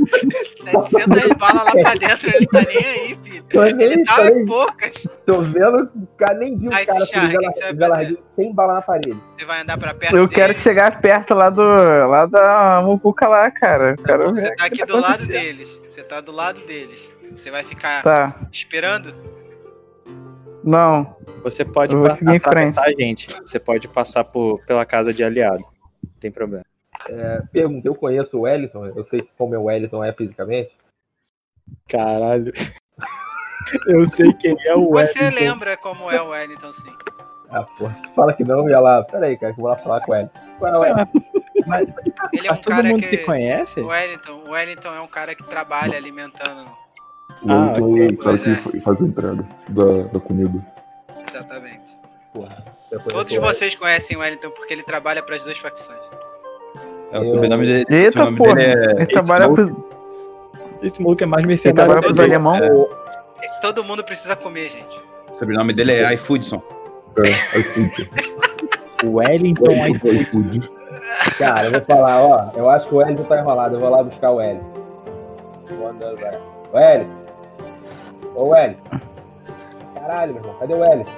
Speaker 5: 700 balas lá pra dentro, ele tá nem aí, filho.
Speaker 13: Tô nem-
Speaker 5: Ele tá
Speaker 13: tô
Speaker 5: dá
Speaker 13: nem-
Speaker 5: poucas.
Speaker 13: Tô vendo, o cara nem viu o
Speaker 5: Aí,
Speaker 13: cara
Speaker 5: Sérgio, o que você vai
Speaker 13: com Velarde sem bala na parede.
Speaker 5: Você vai andar pra perto
Speaker 8: Eu
Speaker 5: dele.
Speaker 8: quero chegar perto lá do. lá da mucuca lá, cara. Eu Quero ver.
Speaker 5: Você tá aqui do lado deles. Você tá do lado deles. Você vai ficar
Speaker 8: Tá.
Speaker 5: esperando?
Speaker 8: Não.
Speaker 4: Você pode
Speaker 8: Eu vou
Speaker 4: pa-
Speaker 8: seguir em
Speaker 4: atravessar a tá, gente. Você pode passar por, pela casa de aliado. Não tem problema.
Speaker 13: É, pergunta, eu conheço o Wellington, eu sei como o Wellington é fisicamente.
Speaker 4: Caralho. Eu sei quem é o
Speaker 5: Você
Speaker 13: Wellington.
Speaker 5: lembra como é o Wellington, sim.
Speaker 13: Ah, porra, tu fala que não, e ela. Pera aí, cara, que eu vou lá falar com o Wellington. Qual é o Wellington?
Speaker 5: Ele é um
Speaker 13: Mas todo
Speaker 5: cara
Speaker 13: mundo
Speaker 5: que...
Speaker 13: se conhece?
Speaker 5: O Wellington, o Wellington é um cara que trabalha alimentando. né?
Speaker 14: O
Speaker 3: Ah,
Speaker 14: Wellington é o cara
Speaker 5: Pois
Speaker 14: que
Speaker 5: é,
Speaker 14: fa- faz a entrega da, da comida.
Speaker 5: exatamente. Todos
Speaker 13: Todos
Speaker 5: vocês conhecem o Wellington porque ele trabalha pras duas facções.
Speaker 1: É, o sobrenome dele,
Speaker 8: Eita,
Speaker 1: o sobrenome
Speaker 8: porra.
Speaker 1: dele é.
Speaker 8: Ele trabalha
Speaker 1: Smoke.
Speaker 4: Esse maluco é mais
Speaker 8: Ele
Speaker 4: mercenário.
Speaker 8: trabalha pros
Speaker 4: que eu.
Speaker 8: alemão.
Speaker 5: É, Todo mundo precisa comer, gente.
Speaker 1: O sobrenome dele é iFoodson.
Speaker 14: É, iFood.
Speaker 4: Wellington
Speaker 14: iFood.
Speaker 13: Cara, eu vou falar, ó, eu acho que o Wellington tá enrolado, eu vou lá buscar o Wellington. Vou andando, vai. Wellington! Ô, Wellington! Caralho, meu irmão, cadê o Wellington?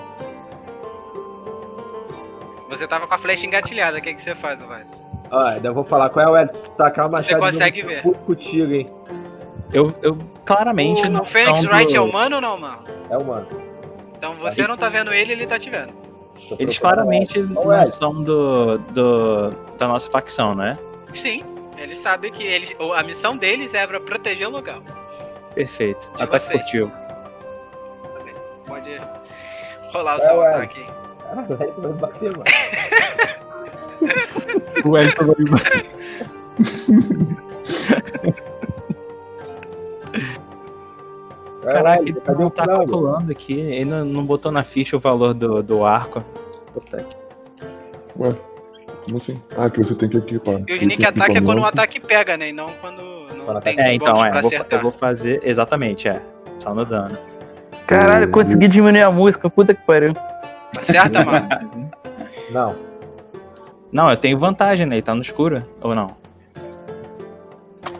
Speaker 5: Você tava com a flecha engatilhada, o que, que você faz, Vaz?
Speaker 13: Ó, ainda vou falar qual é o Wellington, se tacar uma
Speaker 5: Você consegue ver.
Speaker 13: contigo, hein?
Speaker 4: Eu, eu claramente
Speaker 5: O,
Speaker 4: não
Speaker 5: o Fênix
Speaker 4: são do-
Speaker 5: Wright é humano ou não, mano?
Speaker 13: É humano.
Speaker 5: Então você não tá vendo ele, ele tá te vendo.
Speaker 4: Eles claramente não é. são do, do, da nossa facção, né?
Speaker 5: Sim, ele sabe que eles, ou a missão deles é pra proteger o lugar.
Speaker 4: Perfeito. Ataque
Speaker 5: vocês.
Speaker 4: furtivo.
Speaker 5: Pode rolar o
Speaker 13: É,
Speaker 5: seu
Speaker 13: ué.
Speaker 5: ataque.
Speaker 13: Caralho, o Wellington vai me bater, mano.
Speaker 4: O Wellington vai me bater. Caraca, ele não tá calculando aqui. Ele não, não botou na ficha o valor do, do arco. Puta que-
Speaker 14: Ué, como assim? Ah, que você tem que equipar.
Speaker 5: E o
Speaker 14: Tem
Speaker 5: sneak
Speaker 14: que
Speaker 5: attack é
Speaker 14: equipar
Speaker 5: quando um
Speaker 14: não.
Speaker 5: ataque pega, né? E não quando não tem
Speaker 4: É, então,
Speaker 5: bônus
Speaker 4: é.
Speaker 5: pra
Speaker 4: vou fa-
Speaker 5: acertar.
Speaker 4: eu vou fazer. Exatamente, é. Só no dano.
Speaker 8: Caralho, consegui diminuir a música, puta que pariu.
Speaker 5: Acerta, mano.
Speaker 13: Não.
Speaker 4: Não, eu tenho vantagem, né? Ele tá no escuro, ou não?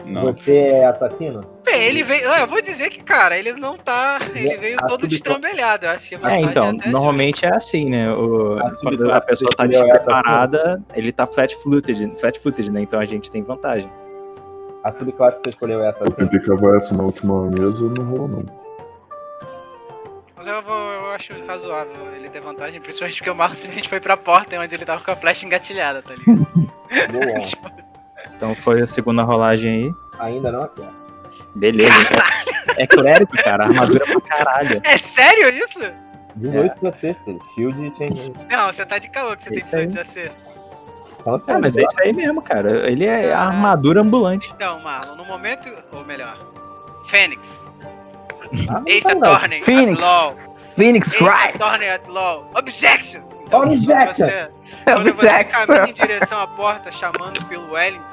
Speaker 4: Não.
Speaker 13: Você é assassino?
Speaker 5: Bem, ele veio. ah, Eu vou dizer que, cara, ele não tá. Ele veio
Speaker 13: a
Speaker 5: todo
Speaker 13: sub-
Speaker 5: destrambelhado. Eu acho que
Speaker 4: É,
Speaker 5: vantagem
Speaker 4: então,
Speaker 5: até-
Speaker 4: normalmente é assim, né? O- quando a
Speaker 13: classe
Speaker 4: pessoa tá
Speaker 13: superior é
Speaker 4: despreparada, ele tá flat footed, flat footed, né? Então a gente tem vantagem.
Speaker 13: A subclasse que você escolheu é
Speaker 14: Eu
Speaker 13: assassino?
Speaker 14: tentei cavar essa na última mesa, não rolou não.
Speaker 5: Mas eu, vou, eu acho razoável ele ter vantagem, principalmente porque o Marcos simplesmente foi pra porta onde ele tava com a flecha engatilhada, tá ligado?
Speaker 13: Boa.
Speaker 4: Então foi a segunda rolagem aí.
Speaker 13: Ainda não é. acerta.
Speaker 4: Beleza. então- É clérigo, cara. Armadura pra caralho.
Speaker 5: É sério isso?
Speaker 4: É.
Speaker 13: 18 pra você, filho. Shield e change.
Speaker 5: Não, você tá de caô que você
Speaker 4: Isso
Speaker 5: tem
Speaker 4: aí.
Speaker 5: 18 de acerto.
Speaker 13: Então,
Speaker 4: Ah, mas é isso aí mesmo, cara. Ele é a armadura ambulante.
Speaker 5: Então, Marlon, no momento. Ou melhor, Fênix.
Speaker 13: Ah, não
Speaker 5: Ace
Speaker 13: tá, não.
Speaker 5: Attorney
Speaker 8: Phoenix.
Speaker 5: at Law.
Speaker 8: Phoenix
Speaker 5: Ace
Speaker 8: Wright!
Speaker 5: Attorney at Law. Objection! Então,
Speaker 8: Objection!
Speaker 5: Você,
Speaker 8: É
Speaker 5: quando você
Speaker 8: Objection!
Speaker 5: caminha em direção à porta chamando pelo Wellington,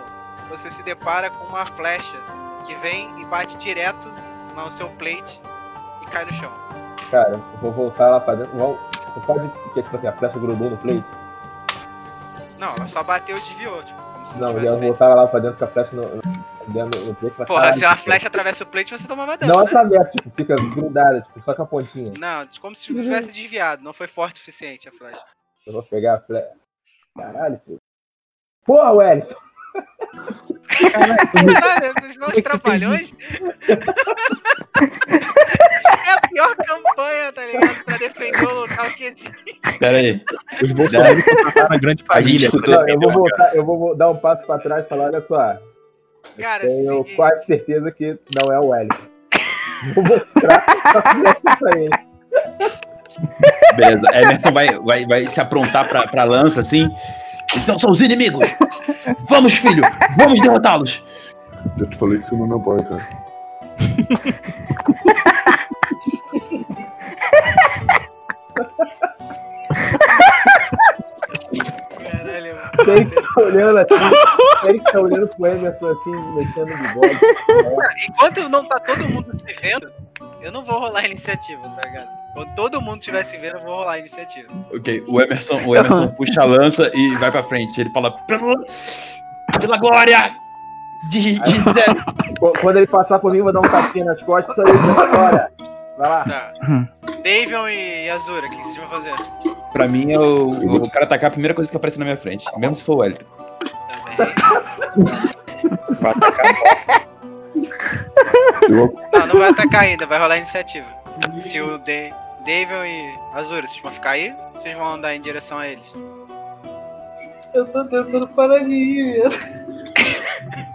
Speaker 5: você se depara com uma flecha que vem e bate direto no seu plate e cai no chão.
Speaker 13: Cara, eu vou voltar lá pra dentro. Vou... Você pode. Porque, tipo assim, a flecha grudou no plate?
Speaker 5: Não, ela só bateu e desviou, tipo, como se
Speaker 13: Não, eu
Speaker 5: tivesse
Speaker 13: ia
Speaker 5: feito.
Speaker 13: voltar lá pra dentro com a flecha no, no, dentro no plate. mas
Speaker 5: Porra,
Speaker 13: caralho,
Speaker 5: se é uma
Speaker 13: tipo,
Speaker 5: flecha atravessa o plate, você tomava dano.
Speaker 13: Não
Speaker 5: né?
Speaker 13: atravessa, tipo, fica grudada, tipo, só com a pontinha.
Speaker 5: Não, como se tivesse desviado, não foi forte o suficiente a flecha.
Speaker 13: Eu vou pegar a flecha. Caralho, filho. Porra, Wellington!
Speaker 5: Caralho, vocês são os trapalhões? é a pior campanha, tá ligado? Pra defender o local que existe.
Speaker 1: Pera aí.
Speaker 4: Os bolsonaristas contrataram a grande
Speaker 1: A gente
Speaker 4: família.
Speaker 1: escutou.
Speaker 13: Não, eu vou voltar, eu vou vo- dar um passo pra trás e falar, olha só. eu
Speaker 5: Cara,
Speaker 13: tenho quase certeza que não é o Wellington. Vou mostrar a flecha pra ele.
Speaker 1: Beleza. Emerson vai, vai, vai se aprontar pra, pra lança assim. Então são os inimigos! Vamos, filho! Vamos derrotá-los!
Speaker 14: Já te falei que você não é meu boy, cara.
Speaker 13: Ele que tá olhando assim, ele que tá olhando pro Emerson assim, mexendo o bigode.
Speaker 5: Enquanto não tá todo mundo se vendo, eu não vou rolar a iniciativa, tá ligado? Quando todo mundo estiver se vendo, eu vou rolar a iniciativa.
Speaker 1: Ok, o Emerson, o Emerson puxa a lança e vai pra frente. Ele fala. "Pelo- Pela glória! De, de,
Speaker 13: Qu- Quando ele passar por mim, eu vou dar um tapinha nas costas e sair agora. Vai lá.
Speaker 5: Tá. Davion e Azura, o que vocês vão fazer?
Speaker 1: Pra mim, eu, eu vou cara atacar a primeira coisa que aparece na minha frente, mesmo se for o Wellington. Vai atacar.
Speaker 5: Não, não vai atacar ainda, vai rolar a iniciativa. Se o De Davion e Azura, vocês vão ficar aí? Vocês vão andar em direção a eles?
Speaker 2: Eu tô tentando parar de rir mesmo.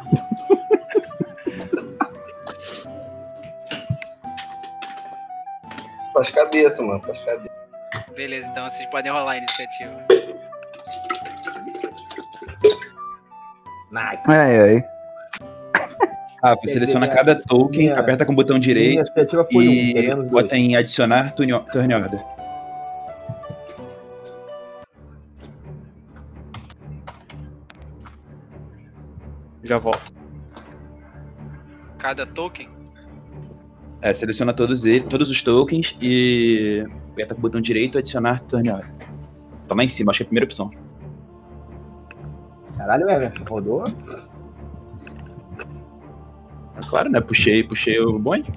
Speaker 3: Faz cabeça, mano, faz cabeça.
Speaker 5: Beleza, então vocês podem rolar a iniciativa.
Speaker 13: Nice.
Speaker 8: Ai, ai.
Speaker 1: Ah, você seleciona cada token, aperta com o botão
Speaker 13: minha
Speaker 1: direito
Speaker 13: iniciativa foi um,
Speaker 1: e
Speaker 13: queremos dois.
Speaker 1: bota em adicionar turn o- turn order.
Speaker 4: Já volto.
Speaker 5: Cada token?
Speaker 1: É, seleciona todos, eles, todos os tokens e aperta com o botão direito adicionar turn order. Tá lá em cima, acho que é a primeira opção.
Speaker 13: Caralho, Emerson, rodou?
Speaker 1: Ah, Claro, né? Puxei, puxei o bonde.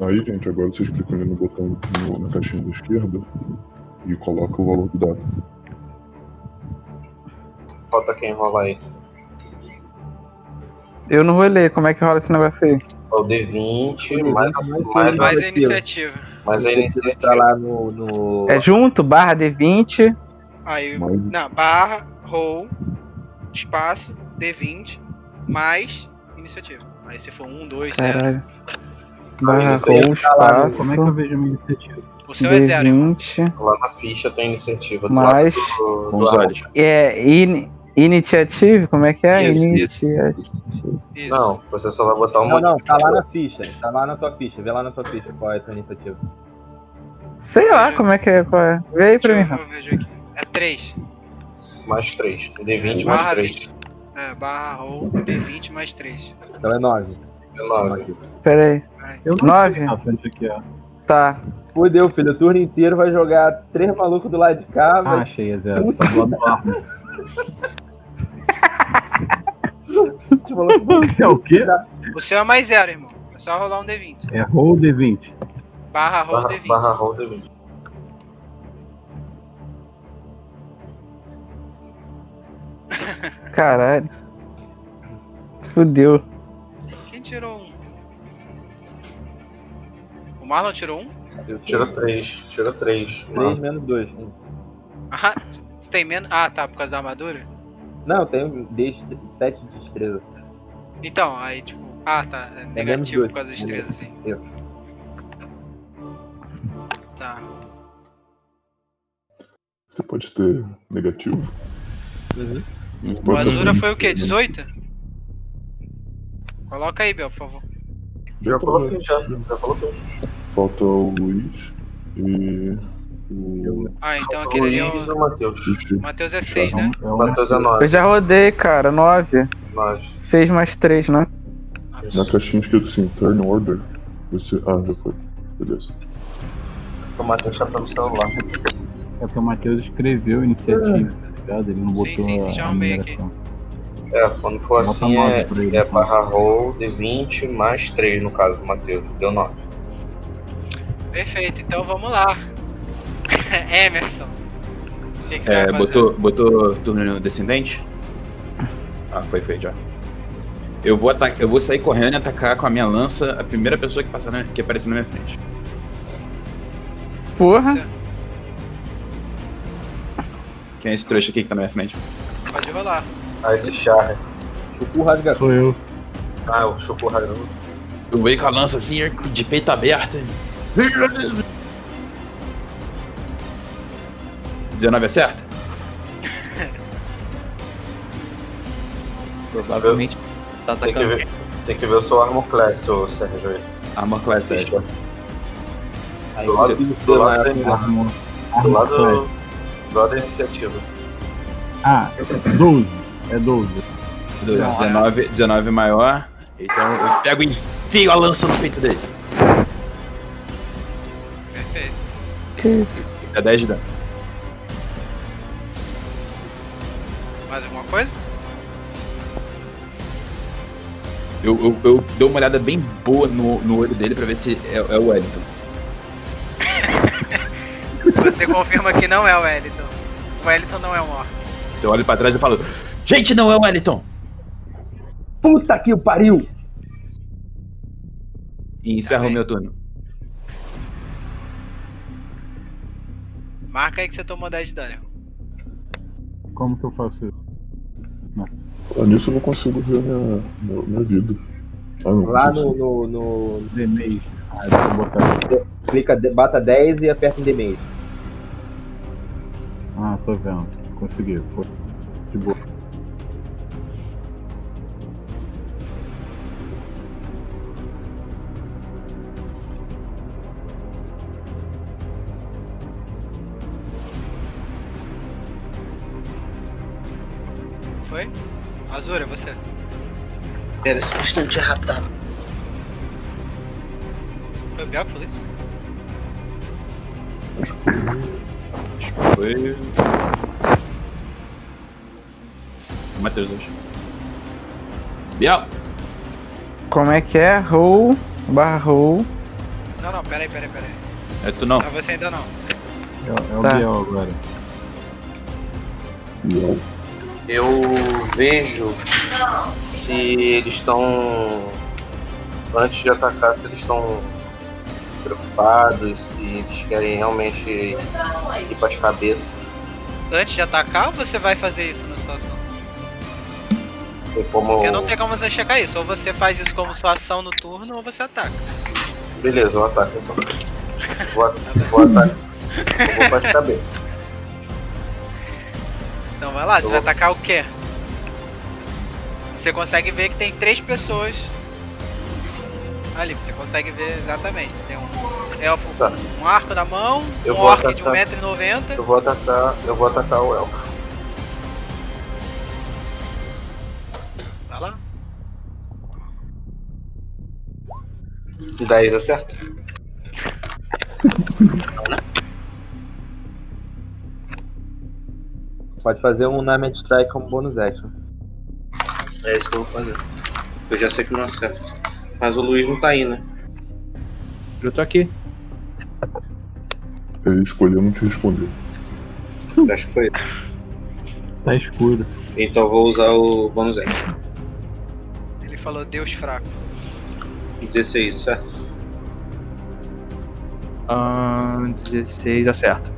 Speaker 14: Aí, gente, agora vocês clicam ali no botão no- na caixinha da esquerda e colocam o valor do dado.
Speaker 3: Falta quem rola aí.
Speaker 8: Eu não vou ler como é que rola esse negócio aí.
Speaker 3: É o D20, mais, né?
Speaker 8: mais
Speaker 3: mais,
Speaker 8: a iniciativa.
Speaker 3: Mais a iniciativa.
Speaker 13: Tá lá no. no...
Speaker 8: É junto, barra D20.
Speaker 5: Aí, na barra, roll, espaço, D20, mais iniciativa. Aí se for um, dois, zero.
Speaker 8: Caralho. Barra
Speaker 3: Isso aí
Speaker 8: com
Speaker 3: tá lá,
Speaker 8: espaço.
Speaker 3: como é que eu
Speaker 7: vejo minha iniciativa?
Speaker 5: O seu é zero, irmão.
Speaker 8: D20.
Speaker 3: Lá na ficha tem iniciativa. do lado
Speaker 8: Mais.
Speaker 3: do- do arroba.
Speaker 8: É, in, iniciative? Como é que é?
Speaker 3: Isso,
Speaker 8: iniciativa.
Speaker 3: Não, você só vai botar um
Speaker 13: Não,
Speaker 3: monte
Speaker 13: não, tá lá na ficha. Tá lá na tua ficha. Vê lá na tua ficha qual é a tua iniciativa.
Speaker 8: Sei lá como é que é. Qual é. Vê aí pra mim, Rafa.
Speaker 5: É três.
Speaker 3: mais 3. D20 mais
Speaker 5: Barra
Speaker 3: 3.
Speaker 5: É, barra, roll, D20, mais três.
Speaker 13: Então é 9.
Speaker 3: É 9.
Speaker 8: Pera aí.
Speaker 7: Eu
Speaker 13: não Nove. sei
Speaker 7: na frente aqui, ó.
Speaker 8: Tá.
Speaker 13: Fudeu, filho. O turno inteiro vai jogar três malucos do lado de cá.
Speaker 7: Ah,
Speaker 13: vai-
Speaker 7: achei, é zero. Tá do lado do arma. É o quê?
Speaker 5: O seu é mais zero, irmão. É só rolar um D20.
Speaker 7: É roll D20.
Speaker 5: Barra, roll,
Speaker 3: Barra,
Speaker 5: D20.
Speaker 3: barra roll D20.
Speaker 8: Caralho. Fudeu.
Speaker 5: Quem tirou um? O Marlon tirou um?
Speaker 3: Tira 3, tira 3.
Speaker 13: 3 menos 2.
Speaker 5: Ah, você tem menos? Ah, tá, por causa da armadura?
Speaker 13: Não, eu tenho 7 de destreza.
Speaker 5: Então, aí tipo. Ah, tá. É
Speaker 13: É menos
Speaker 5: negativo
Speaker 13: dois. É.
Speaker 5: por causa das destreza, assim.
Speaker 13: Isso.
Speaker 5: Tá.
Speaker 14: Você pode ter negativo. Você
Speaker 5: O
Speaker 1: Uhum.
Speaker 14: pode ter
Speaker 5: Azura
Speaker 14: um.
Speaker 5: foi o quê? 18? Coloca aí, Bel, por favor.
Speaker 14: Já coloquei,
Speaker 3: já. Já coloquei.
Speaker 14: Falta o Luiz e o.
Speaker 5: Ah, então
Speaker 3: O
Speaker 5: aquele ali é
Speaker 3: Luiz
Speaker 5: o.
Speaker 3: e o Matheus.
Speaker 5: Matheus é 6, né?
Speaker 3: Matheus é
Speaker 8: Eu
Speaker 3: 9.
Speaker 8: já rodei, cara. 9.
Speaker 3: 9.
Speaker 8: 6 mais 3, né?
Speaker 14: Na caixinha escrito assim, turn order. Você. Ah, já foi. Beleza.
Speaker 3: O Matheus tá pelo celular.
Speaker 7: É porque o Matheus escreveu a iniciativa, tá ligado? Ele não botou
Speaker 3: sim, sim, já
Speaker 7: a
Speaker 3: arrumei
Speaker 7: numeração.
Speaker 3: É, quando for
Speaker 7: Bota
Speaker 3: assim
Speaker 7: nove
Speaker 3: é,
Speaker 7: por aí,
Speaker 3: é
Speaker 7: então.
Speaker 3: barra roll D20 mais 3 no caso do Matheus. Deu 9.
Speaker 5: Perfeito, então vamos lá. Emerson. O que, que você
Speaker 1: É,
Speaker 5: vai fazer?
Speaker 1: botou, botou turno descendente? Ah, foi feito já. Eu vou, ata- eu vou sair correndo e atacar com a minha lança a primeira pessoa que, passar na- que aparecer na minha frente.
Speaker 8: Porra.
Speaker 1: Quem é esse trouxa aqui que tá na minha frente?
Speaker 5: Pode rolar.
Speaker 3: Ah, esse Charre.
Speaker 13: Chupu Rasgaku.
Speaker 7: Sou eu.
Speaker 3: Ah, o Chupu Rasgaku.
Speaker 1: Eu veio com a lança assim, de peito aberto. 19 é certo?
Speaker 4: Provavelmente tá
Speaker 3: Tem que
Speaker 4: atacando.
Speaker 1: Ah, é.
Speaker 3: ver, tem que ver o seu armor class, ô Sérgio.
Speaker 1: Armor class,
Speaker 3: é. Do lado do lado da
Speaker 7: né?
Speaker 3: iniciativa. Do lado do lado da iniciativa.
Speaker 7: Ah, 12. É 12.
Speaker 1: 12, 19, 19 maior. Então eu pego e enfio a lança no peito dele.
Speaker 5: Perfeito.
Speaker 8: Que isso?
Speaker 1: É 10 de dano.
Speaker 5: Mais alguma coisa?
Speaker 1: Eu, eu, eu dou uma olhada bem boa no, no olho dele pra ver se é, é o Wellington.
Speaker 5: Você confirma que não é o Wellington. O Wellington não é um orc.
Speaker 1: Então Eu olho pra trás e falo: Gente, não é o Wellington!
Speaker 13: Puta que o pariu!
Speaker 1: E encerro o meu turno.
Speaker 5: Marca aí que você tomou 10 de dano.
Speaker 7: Como que eu faço isso?
Speaker 14: Ah, nisso eu não consigo ver minha, minha, minha vida. Ah, não,
Speaker 13: Lá
Speaker 14: consigo.
Speaker 13: no. no, no...
Speaker 7: Demage.
Speaker 13: Clica, de- bata 10 e aperta em Demage.
Speaker 7: Ah, tô vendo. Consegui. Foi. De boa.
Speaker 5: Foi? Azura, você.
Speaker 2: Pera, só um instante rápido.
Speaker 5: Foi o Biel que falou isso?
Speaker 1: Foi. Matheus, acho. Biel!
Speaker 8: Como é que é? Roll, barra roll.
Speaker 5: Não, não, peraí, peraí, peraí.
Speaker 1: É tu não.
Speaker 5: Ah, você ainda não.
Speaker 7: É, é o
Speaker 8: Tá.
Speaker 7: Biel agora.
Speaker 3: Eu vejo se eles estão. Antes de atacar, se eles estão preocupados, se eles querem realmente ir para as cabeças.
Speaker 5: Antes de atacar, ou você vai fazer isso na sua ação?
Speaker 3: Tem como.
Speaker 5: Porque não tem como você checar isso. Ou você faz isso como sua ação no turno, ou você ataca.
Speaker 3: Beleza, eu ataco então. Vou, at- vou atacar. Eu vou para as cabeças.
Speaker 5: Então vai lá, você vai atacar o quê? Você consegue ver que tem três pessoas ali, você consegue ver exatamente. Tem um elfo
Speaker 3: Tá.
Speaker 5: com um arco na mão,
Speaker 3: Eu
Speaker 5: um
Speaker 3: vou
Speaker 5: orc de
Speaker 3: atacar.
Speaker 5: 1,90m.
Speaker 3: Eu vou atacar. Eu vou atacar o Elka.
Speaker 5: Vai lá.
Speaker 3: 10 acerta?
Speaker 13: Pode fazer um Night Strike como bônus action.
Speaker 3: É isso que eu vou fazer. Eu já sei que não acerta. Mas o Luiz não tá aí, né?
Speaker 4: Eu tô aqui.
Speaker 14: Ele escolheu não te responder.
Speaker 3: Acho que foi.
Speaker 7: Tá escuro.
Speaker 3: Então vou usar o bônus action.
Speaker 5: Ele falou Deus fraco.
Speaker 3: 16, certo?
Speaker 4: Ahn, 16 acerta.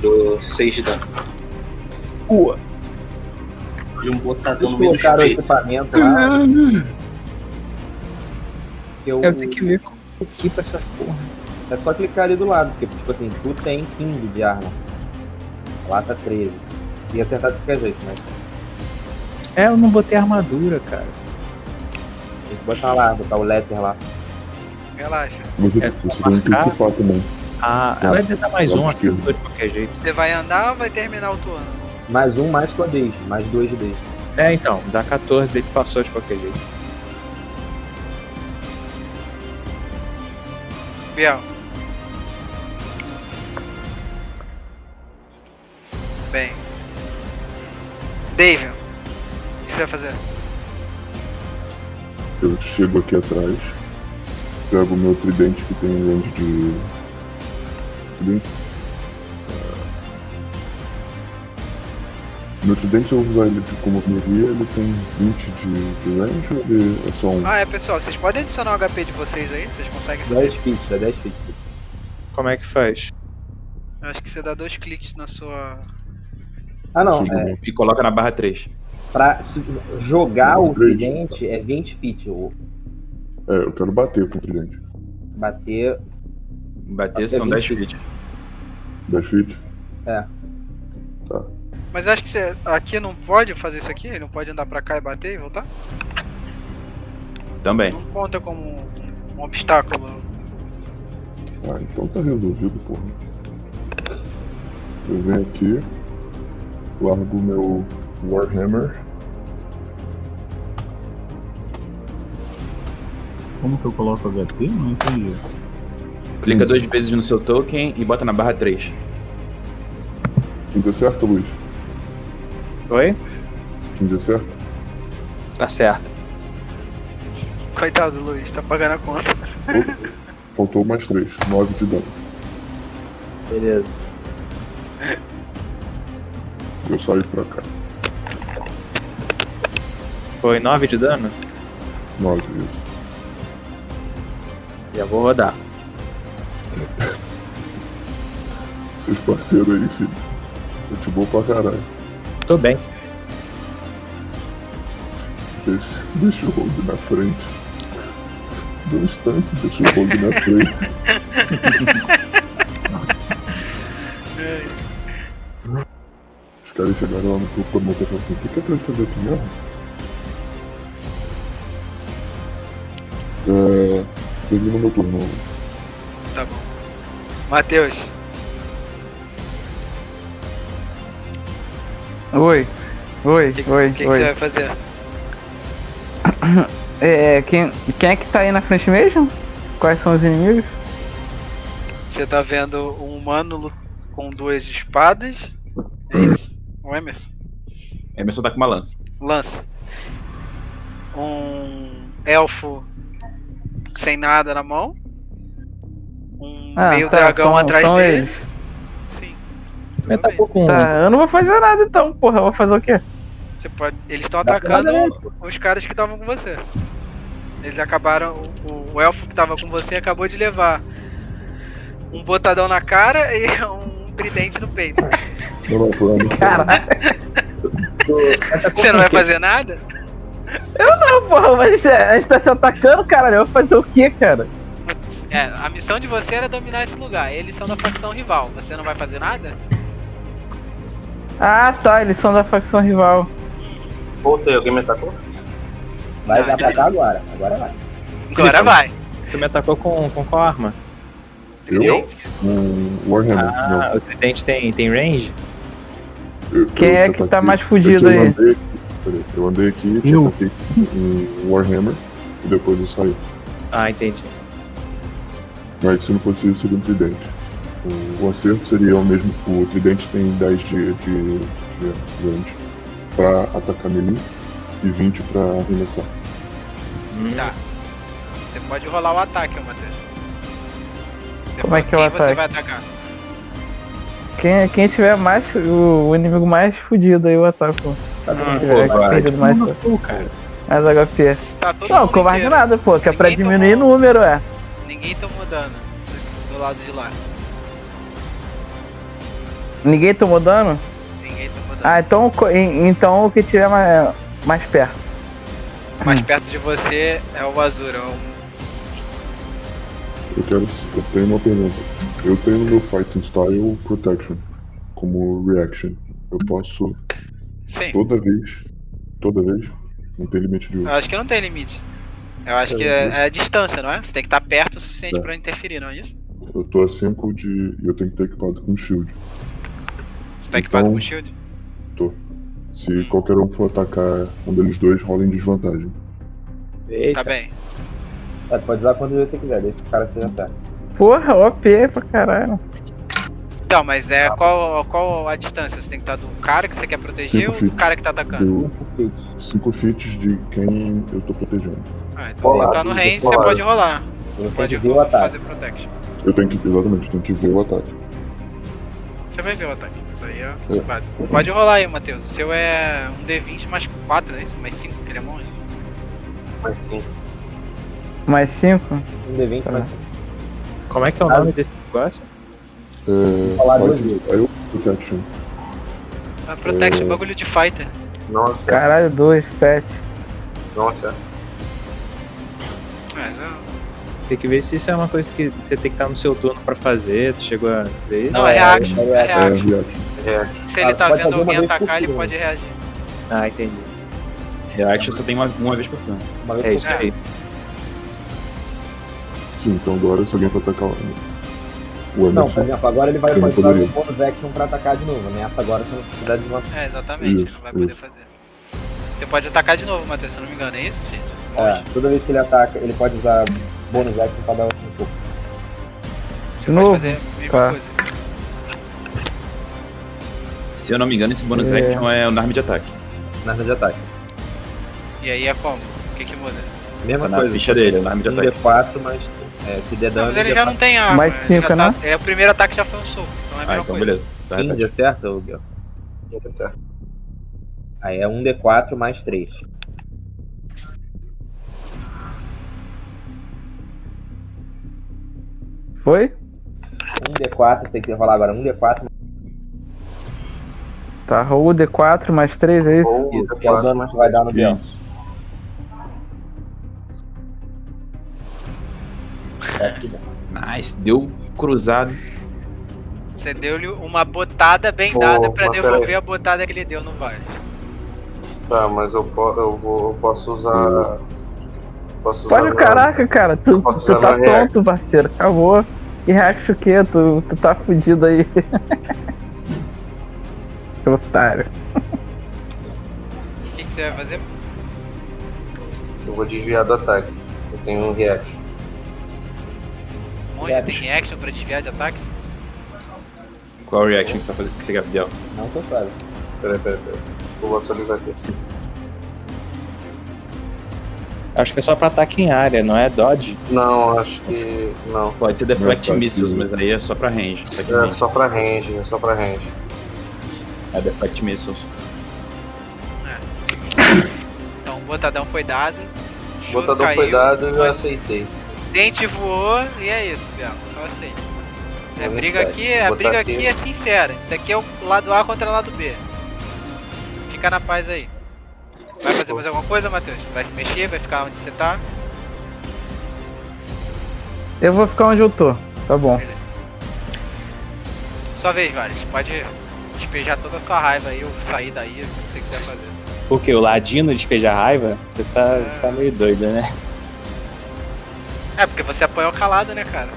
Speaker 3: Dou 6 de dano.
Speaker 1: Ua.
Speaker 3: E um botador
Speaker 13: Eles
Speaker 3: no meio do
Speaker 13: colocaram o
Speaker 3: chupeiro.
Speaker 13: equipamento lá. Eu, tenho que ver
Speaker 4: como equipa essa porra.
Speaker 13: É só clicar ali do lado, porque tipo assim, tu tem 15 de arma. Lá tá 13. E acertar de qualquer jeito, né?
Speaker 4: É, eu não botei armadura, cara.
Speaker 13: Tem que botar lá, botar o letter lá.
Speaker 5: Relaxa.
Speaker 14: Você, você
Speaker 7: é um
Speaker 14: tem que equipar também.
Speaker 4: É, Ah,
Speaker 14: Tá.
Speaker 4: ela vai tentar mais
Speaker 14: Lado
Speaker 4: um,
Speaker 14: esquerdo.
Speaker 4: acertou de qualquer jeito.
Speaker 5: Você vai andar ou vai terminar o turno?
Speaker 13: Mais um, mais tua deixa. Mais dois de deixa.
Speaker 4: É, então, dá 14, ele passou de qualquer jeito.
Speaker 5: Biel. Bem. David, o que você vai fazer?
Speaker 14: Eu chego aqui atrás, pego o meu tridente que tem um range de. Tridente. Meu tridente eu vou usar ele de como eu vi, ele tem 20 de, de range ou ele é só um.
Speaker 5: Ah, é pessoal, vocês podem adicionar o HP de vocês aí? Vocês conseguem fazer?
Speaker 13: 10 feet, dá 10 feet.
Speaker 4: Como é que faz?
Speaker 5: Eu acho que você dá dois cliques na sua.
Speaker 13: Ah não, é,
Speaker 1: E coloca na barra 3.
Speaker 13: pra su- jogar o tridente é 20 feet. O
Speaker 14: É, eu quero bater com o tridente.
Speaker 13: bater.
Speaker 1: Bater são 10 feet.
Speaker 14: 10 feet?
Speaker 13: É.
Speaker 14: Tá.
Speaker 5: Mas eu acho que você, aqui não pode fazer isso aqui? Ele não pode andar pra cá e bater e voltar?
Speaker 1: Também.
Speaker 5: Não conta como um obstáculo.
Speaker 7: Ah, então tá resolvido, porra. Eu venho aqui, largo meu Warhammer.
Speaker 17: Como que eu coloco HP? Não entendi.
Speaker 13: Hum.
Speaker 1: Clica duas vezes no seu token e bota na barra 3.
Speaker 7: Deu certo, Luiz?
Speaker 4: Oi?
Speaker 7: Deu certo?
Speaker 4: Tá certo.
Speaker 5: Coitado, Luiz, tá pagando a conta.
Speaker 7: Faltou mais três, nove de dano.
Speaker 4: Beleza.
Speaker 7: Eu saio pra cá.
Speaker 4: Foi 9 de dano?
Speaker 7: Nove, isso.
Speaker 4: Já vou rodar.
Speaker 7: Seus parceiros aí, filho. Eu te vou pra caralho.
Speaker 4: Tô bem.
Speaker 7: Deixa, deixa o hold na frente. Deu um instante, deixa né? o hold na frente. Os caras chegaram lá no clube pra montar e falaram assim, o que que é pra gente fazer aqui mesmo? É... Termina meu turno.
Speaker 5: Tá bom. Matheus,
Speaker 8: Oi, oi, oi,
Speaker 5: o que, que
Speaker 8: oi.
Speaker 5: você vai fazer?
Speaker 8: É, quem, quem é que tá aí na frente mesmo? Quais são os inimigos?
Speaker 5: Você tá vendo um humano lu- com duas espadas. É isso? O Emerson?
Speaker 1: Emerson tá com uma lança.
Speaker 5: Lança. Um elfo sem nada na mão. Um meio dragão
Speaker 8: Ah, tá, são-
Speaker 5: atrás
Speaker 8: são
Speaker 5: dele.
Speaker 8: Eles. Sim. Tá, eu não vou fazer nada então, porra. Eu vou fazer o quê?
Speaker 5: Você pode... Eles estão
Speaker 8: Dá pra né?
Speaker 5: atacando
Speaker 8: dar
Speaker 5: os caras que estavam com você. Eles acabaram. O, o elfo que tava com você acabou de levar um botadão na cara e um tridente no peito.
Speaker 7: Não, não, não, não.
Speaker 8: Caralho. é
Speaker 5: Você não vai fazer nada?
Speaker 8: Eu não, porra, mas é, a gente tá se atacando, caralho. Eu vou fazer o quê, cara?
Speaker 5: É, a missão de você era dominar esse lugar. Eles são da facção rival. Você não vai fazer nada?
Speaker 8: Ah, tá, eles são da facção rival.
Speaker 3: Voltei, alguém me atacou?
Speaker 13: Vai, vai atacar agora. Agora vai.
Speaker 5: Agora vai.
Speaker 4: Tu me atacou com, com qual arma?
Speaker 7: Eu? Um Warhammer.
Speaker 4: Ah, o tridente tem, tem range?
Speaker 7: Eu-
Speaker 4: Quem
Speaker 7: eu
Speaker 4: é
Speaker 7: te
Speaker 4: que tá
Speaker 7: ataquei-
Speaker 4: mais fudido
Speaker 7: eu te
Speaker 4: aí?
Speaker 7: mandei- peraí, Eu andei aqui, te ataquei com um Warhammer e depois eu saí.
Speaker 4: Ah, entendi.
Speaker 7: Mas se não fosse isso, seria um tridente. O- O acerto seria o mesmo. O tridente tem 10 de, de, de range pra atacar melee e 20 pra arremessar.
Speaker 5: Tá. Você pode rolar o ataque, ô Matheus. Você
Speaker 8: Como
Speaker 5: fala
Speaker 8: é que é o
Speaker 5: quem Você
Speaker 8: ataque?
Speaker 5: vai atacar.
Speaker 8: Quem, quem tiver mais. O, o inimigo mais fudido aí eu ataco. Quem tiver perdido um mais-
Speaker 4: cara.
Speaker 8: Mais HP.
Speaker 5: tá
Speaker 8: não, covarde nada, pô, que é pra diminuir número, é.
Speaker 5: Ninguém tomou dano do- do lado de lá.
Speaker 8: Ninguém tomou dano?
Speaker 5: Ninguém tá tomou dano.
Speaker 8: Ah, então, co- en- então o que tiver mais, mais perto.
Speaker 5: Mais perto de você é o Azura. é um-
Speaker 7: Eu quero. Eu tenho uma pergunta. Eu tenho no meu Fighting Style Protection como reaction. Eu posso.
Speaker 5: Sim.
Speaker 7: Toda vez. Toda vez. Não tem limite de um. uso.
Speaker 5: Eu acho que não tem limite. Eu acho que é, é a distância, não é? Você tem que estar perto o suficiente pra interferir, não é isso?
Speaker 7: Eu tô a 5 de. e eu tenho que ter equipado com shield.
Speaker 5: Você tá equipado com shield?
Speaker 7: Tô. Se qualquer um for atacar um deles dois, rola em desvantagem.
Speaker 13: Eita.
Speaker 5: Tá bem.
Speaker 13: É, pode usar quando você quiser, deixa o cara se jantar.
Speaker 8: Porra, OP pra caralho.
Speaker 5: Então, mas é qual, qual a distância? Você tem que estar do cara que você quer proteger
Speaker 7: Cinco
Speaker 5: ou do
Speaker 7: feet.
Speaker 5: cara que tá atacando?
Speaker 7: 5 feats de quem eu tô protegendo.
Speaker 5: Ah, então
Speaker 7: Rolar,
Speaker 5: você tá no
Speaker 7: tem que
Speaker 5: range, você
Speaker 7: rolar.
Speaker 5: pode rolar.
Speaker 7: Eu
Speaker 5: Pode
Speaker 7: ver o ataque.
Speaker 5: fazer protection.
Speaker 7: Eu tenho que. Exatamente, eu tenho que ver o ataque.
Speaker 5: Você vai ver o ataque. Isso aí é
Speaker 7: É.
Speaker 5: básico. Pode rolar aí, Matheus. O seu é um D20 mais 4, né? Isso, mais 5, que ele é monge.
Speaker 3: Mais 5.
Speaker 8: Mais 5?
Speaker 13: Um D20 mais
Speaker 4: Como é que é o nome desse negócio?
Speaker 7: É,
Speaker 4: Falar duas
Speaker 7: fighting style
Speaker 14: é
Speaker 7: protection.
Speaker 5: Ah, protection, bagulho de fighter.
Speaker 3: Nossa.
Speaker 8: Caralho, 2, 7.
Speaker 3: Nossa.
Speaker 5: É, já-
Speaker 4: Tem que ver se isso é uma coisa que tá você tem que estar no seu turno pra fazer. Tu chegou a ver isso?
Speaker 5: Não, é reaction, é
Speaker 7: É, reaction.
Speaker 3: É.
Speaker 5: se ele
Speaker 4: Ah,
Speaker 5: tá
Speaker 4: pode
Speaker 5: vendo
Speaker 4: fazer uma
Speaker 5: alguém
Speaker 4: vez por
Speaker 5: atacar, ele
Speaker 4: turno.
Speaker 5: pode reagir.
Speaker 4: Ah, entendi.
Speaker 1: Reaction só tem uma, uma vez por turno.
Speaker 4: É isso aí.
Speaker 14: Sim, então agora se alguém for atacar o o
Speaker 13: Não, por
Speaker 14: Emerson.
Speaker 13: exemplo, agora ele vai
Speaker 14: ele
Speaker 13: continuar
Speaker 14: poderia.
Speaker 13: o bônus action pra atacar de novo. Ameaça agora com dificuldade de uma.
Speaker 5: É, exatamente.
Speaker 14: Isso,
Speaker 5: não vai poder
Speaker 14: isso.
Speaker 5: fazer. Você pode atacar de novo, Matheus, se eu não me engano, é isso, gente?
Speaker 13: É, toda vez que ele ataca, ele pode usar bônus action pra dar um pouco.
Speaker 8: De novo?
Speaker 1: Tá. Se eu não me engano, esse bônus
Speaker 13: É.
Speaker 1: action é o arma de ataque.
Speaker 13: Na arma de ataque.
Speaker 5: E aí é como? O que que muda?
Speaker 13: Mesma
Speaker 1: Tá na
Speaker 13: coisa.
Speaker 1: ficha dele, né? na arma de
Speaker 13: Um
Speaker 1: ataque.
Speaker 13: D4, mas é, se der dano.
Speaker 5: Mas ele já não tem arma.
Speaker 8: Mais
Speaker 5: ele já
Speaker 8: cinco,
Speaker 5: tá-
Speaker 8: né?
Speaker 5: É, o primeiro ataque já foi um soco, então é a
Speaker 13: Ah,
Speaker 5: mesma
Speaker 13: então
Speaker 5: coisa.
Speaker 13: beleza.
Speaker 1: Tá,
Speaker 13: Sim,
Speaker 1: repete.
Speaker 13: acerta, ô Guilherme?
Speaker 3: Isso, certo.
Speaker 13: Aí é 1D4 mais 3.
Speaker 8: Foi?
Speaker 13: 1D4, tem que rolar agora. 1D4
Speaker 8: Tá, rolou o D4 mais 3, é isso?
Speaker 3: Um
Speaker 13: Isso, que é o dano que vai dar no um. Biel.
Speaker 1: Nice, deu cruzado.
Speaker 5: Você deu-lhe uma botada bem
Speaker 3: Pô,
Speaker 5: dada pra
Speaker 3: mas
Speaker 5: devolver
Speaker 3: peraí.
Speaker 5: a botada que ele deu no vale.
Speaker 3: Tá, mas eu posso, eu vou, eu posso usar. Posso usar.
Speaker 8: Pode,
Speaker 3: meu-
Speaker 8: caraca, cara, tu,
Speaker 3: posso
Speaker 8: tu
Speaker 3: usar
Speaker 8: tá
Speaker 3: meu react.
Speaker 8: tonto, parceiro, acabou. E react o quê? Tu, tu tá fudido aí. Seu otário.
Speaker 5: O que, que você vai fazer?
Speaker 3: Eu vou desviar do ataque. Eu tenho um react.
Speaker 5: Monge tem action pra desviar de ataque?
Speaker 1: Qual reaction você tá fazendo? Que você quer, Biel?
Speaker 13: Não que eu saiba.
Speaker 3: Peraí, peraí, peraí. Vou atualizar aqui.
Speaker 4: Acho que é só pra ataque em área, não é dodge?
Speaker 3: Não, acho que. Não.
Speaker 1: Pode ser deflect
Speaker 3: Não, tá
Speaker 1: missiles,
Speaker 3: aqui.
Speaker 1: mas aí é só pra range. Ataque em
Speaker 3: É
Speaker 1: range.
Speaker 3: só pra range, é só pra range.
Speaker 1: É deflect missiles.
Speaker 5: Então, o botadão foi dado. o
Speaker 3: Vou tá dando
Speaker 5: caiu,
Speaker 3: cuidado e eu aceitei.
Speaker 5: Dente voou e é isso, Biel. Só aceita. É
Speaker 3: Eu não
Speaker 5: briga
Speaker 3: sei,
Speaker 5: aqui, a
Speaker 3: botar
Speaker 5: briga
Speaker 3: aqui.
Speaker 5: aqui é sincera. Isso aqui é o lado A contra o lado B. Fica na paz aí. Vai fazer mais alguma coisa, Matheus? Vai se mexer, vai ficar onde você tá?
Speaker 8: Eu vou ficar onde eu tô, tá bom.
Speaker 5: Sua vez, Vales. Pode despejar toda a sua raiva aí, ou sair daí, o que você quiser fazer.
Speaker 4: Porque o ladino despeja raiva? Você tá, tá meio doido, né?
Speaker 5: É, porque você apanhou calado, né, cara?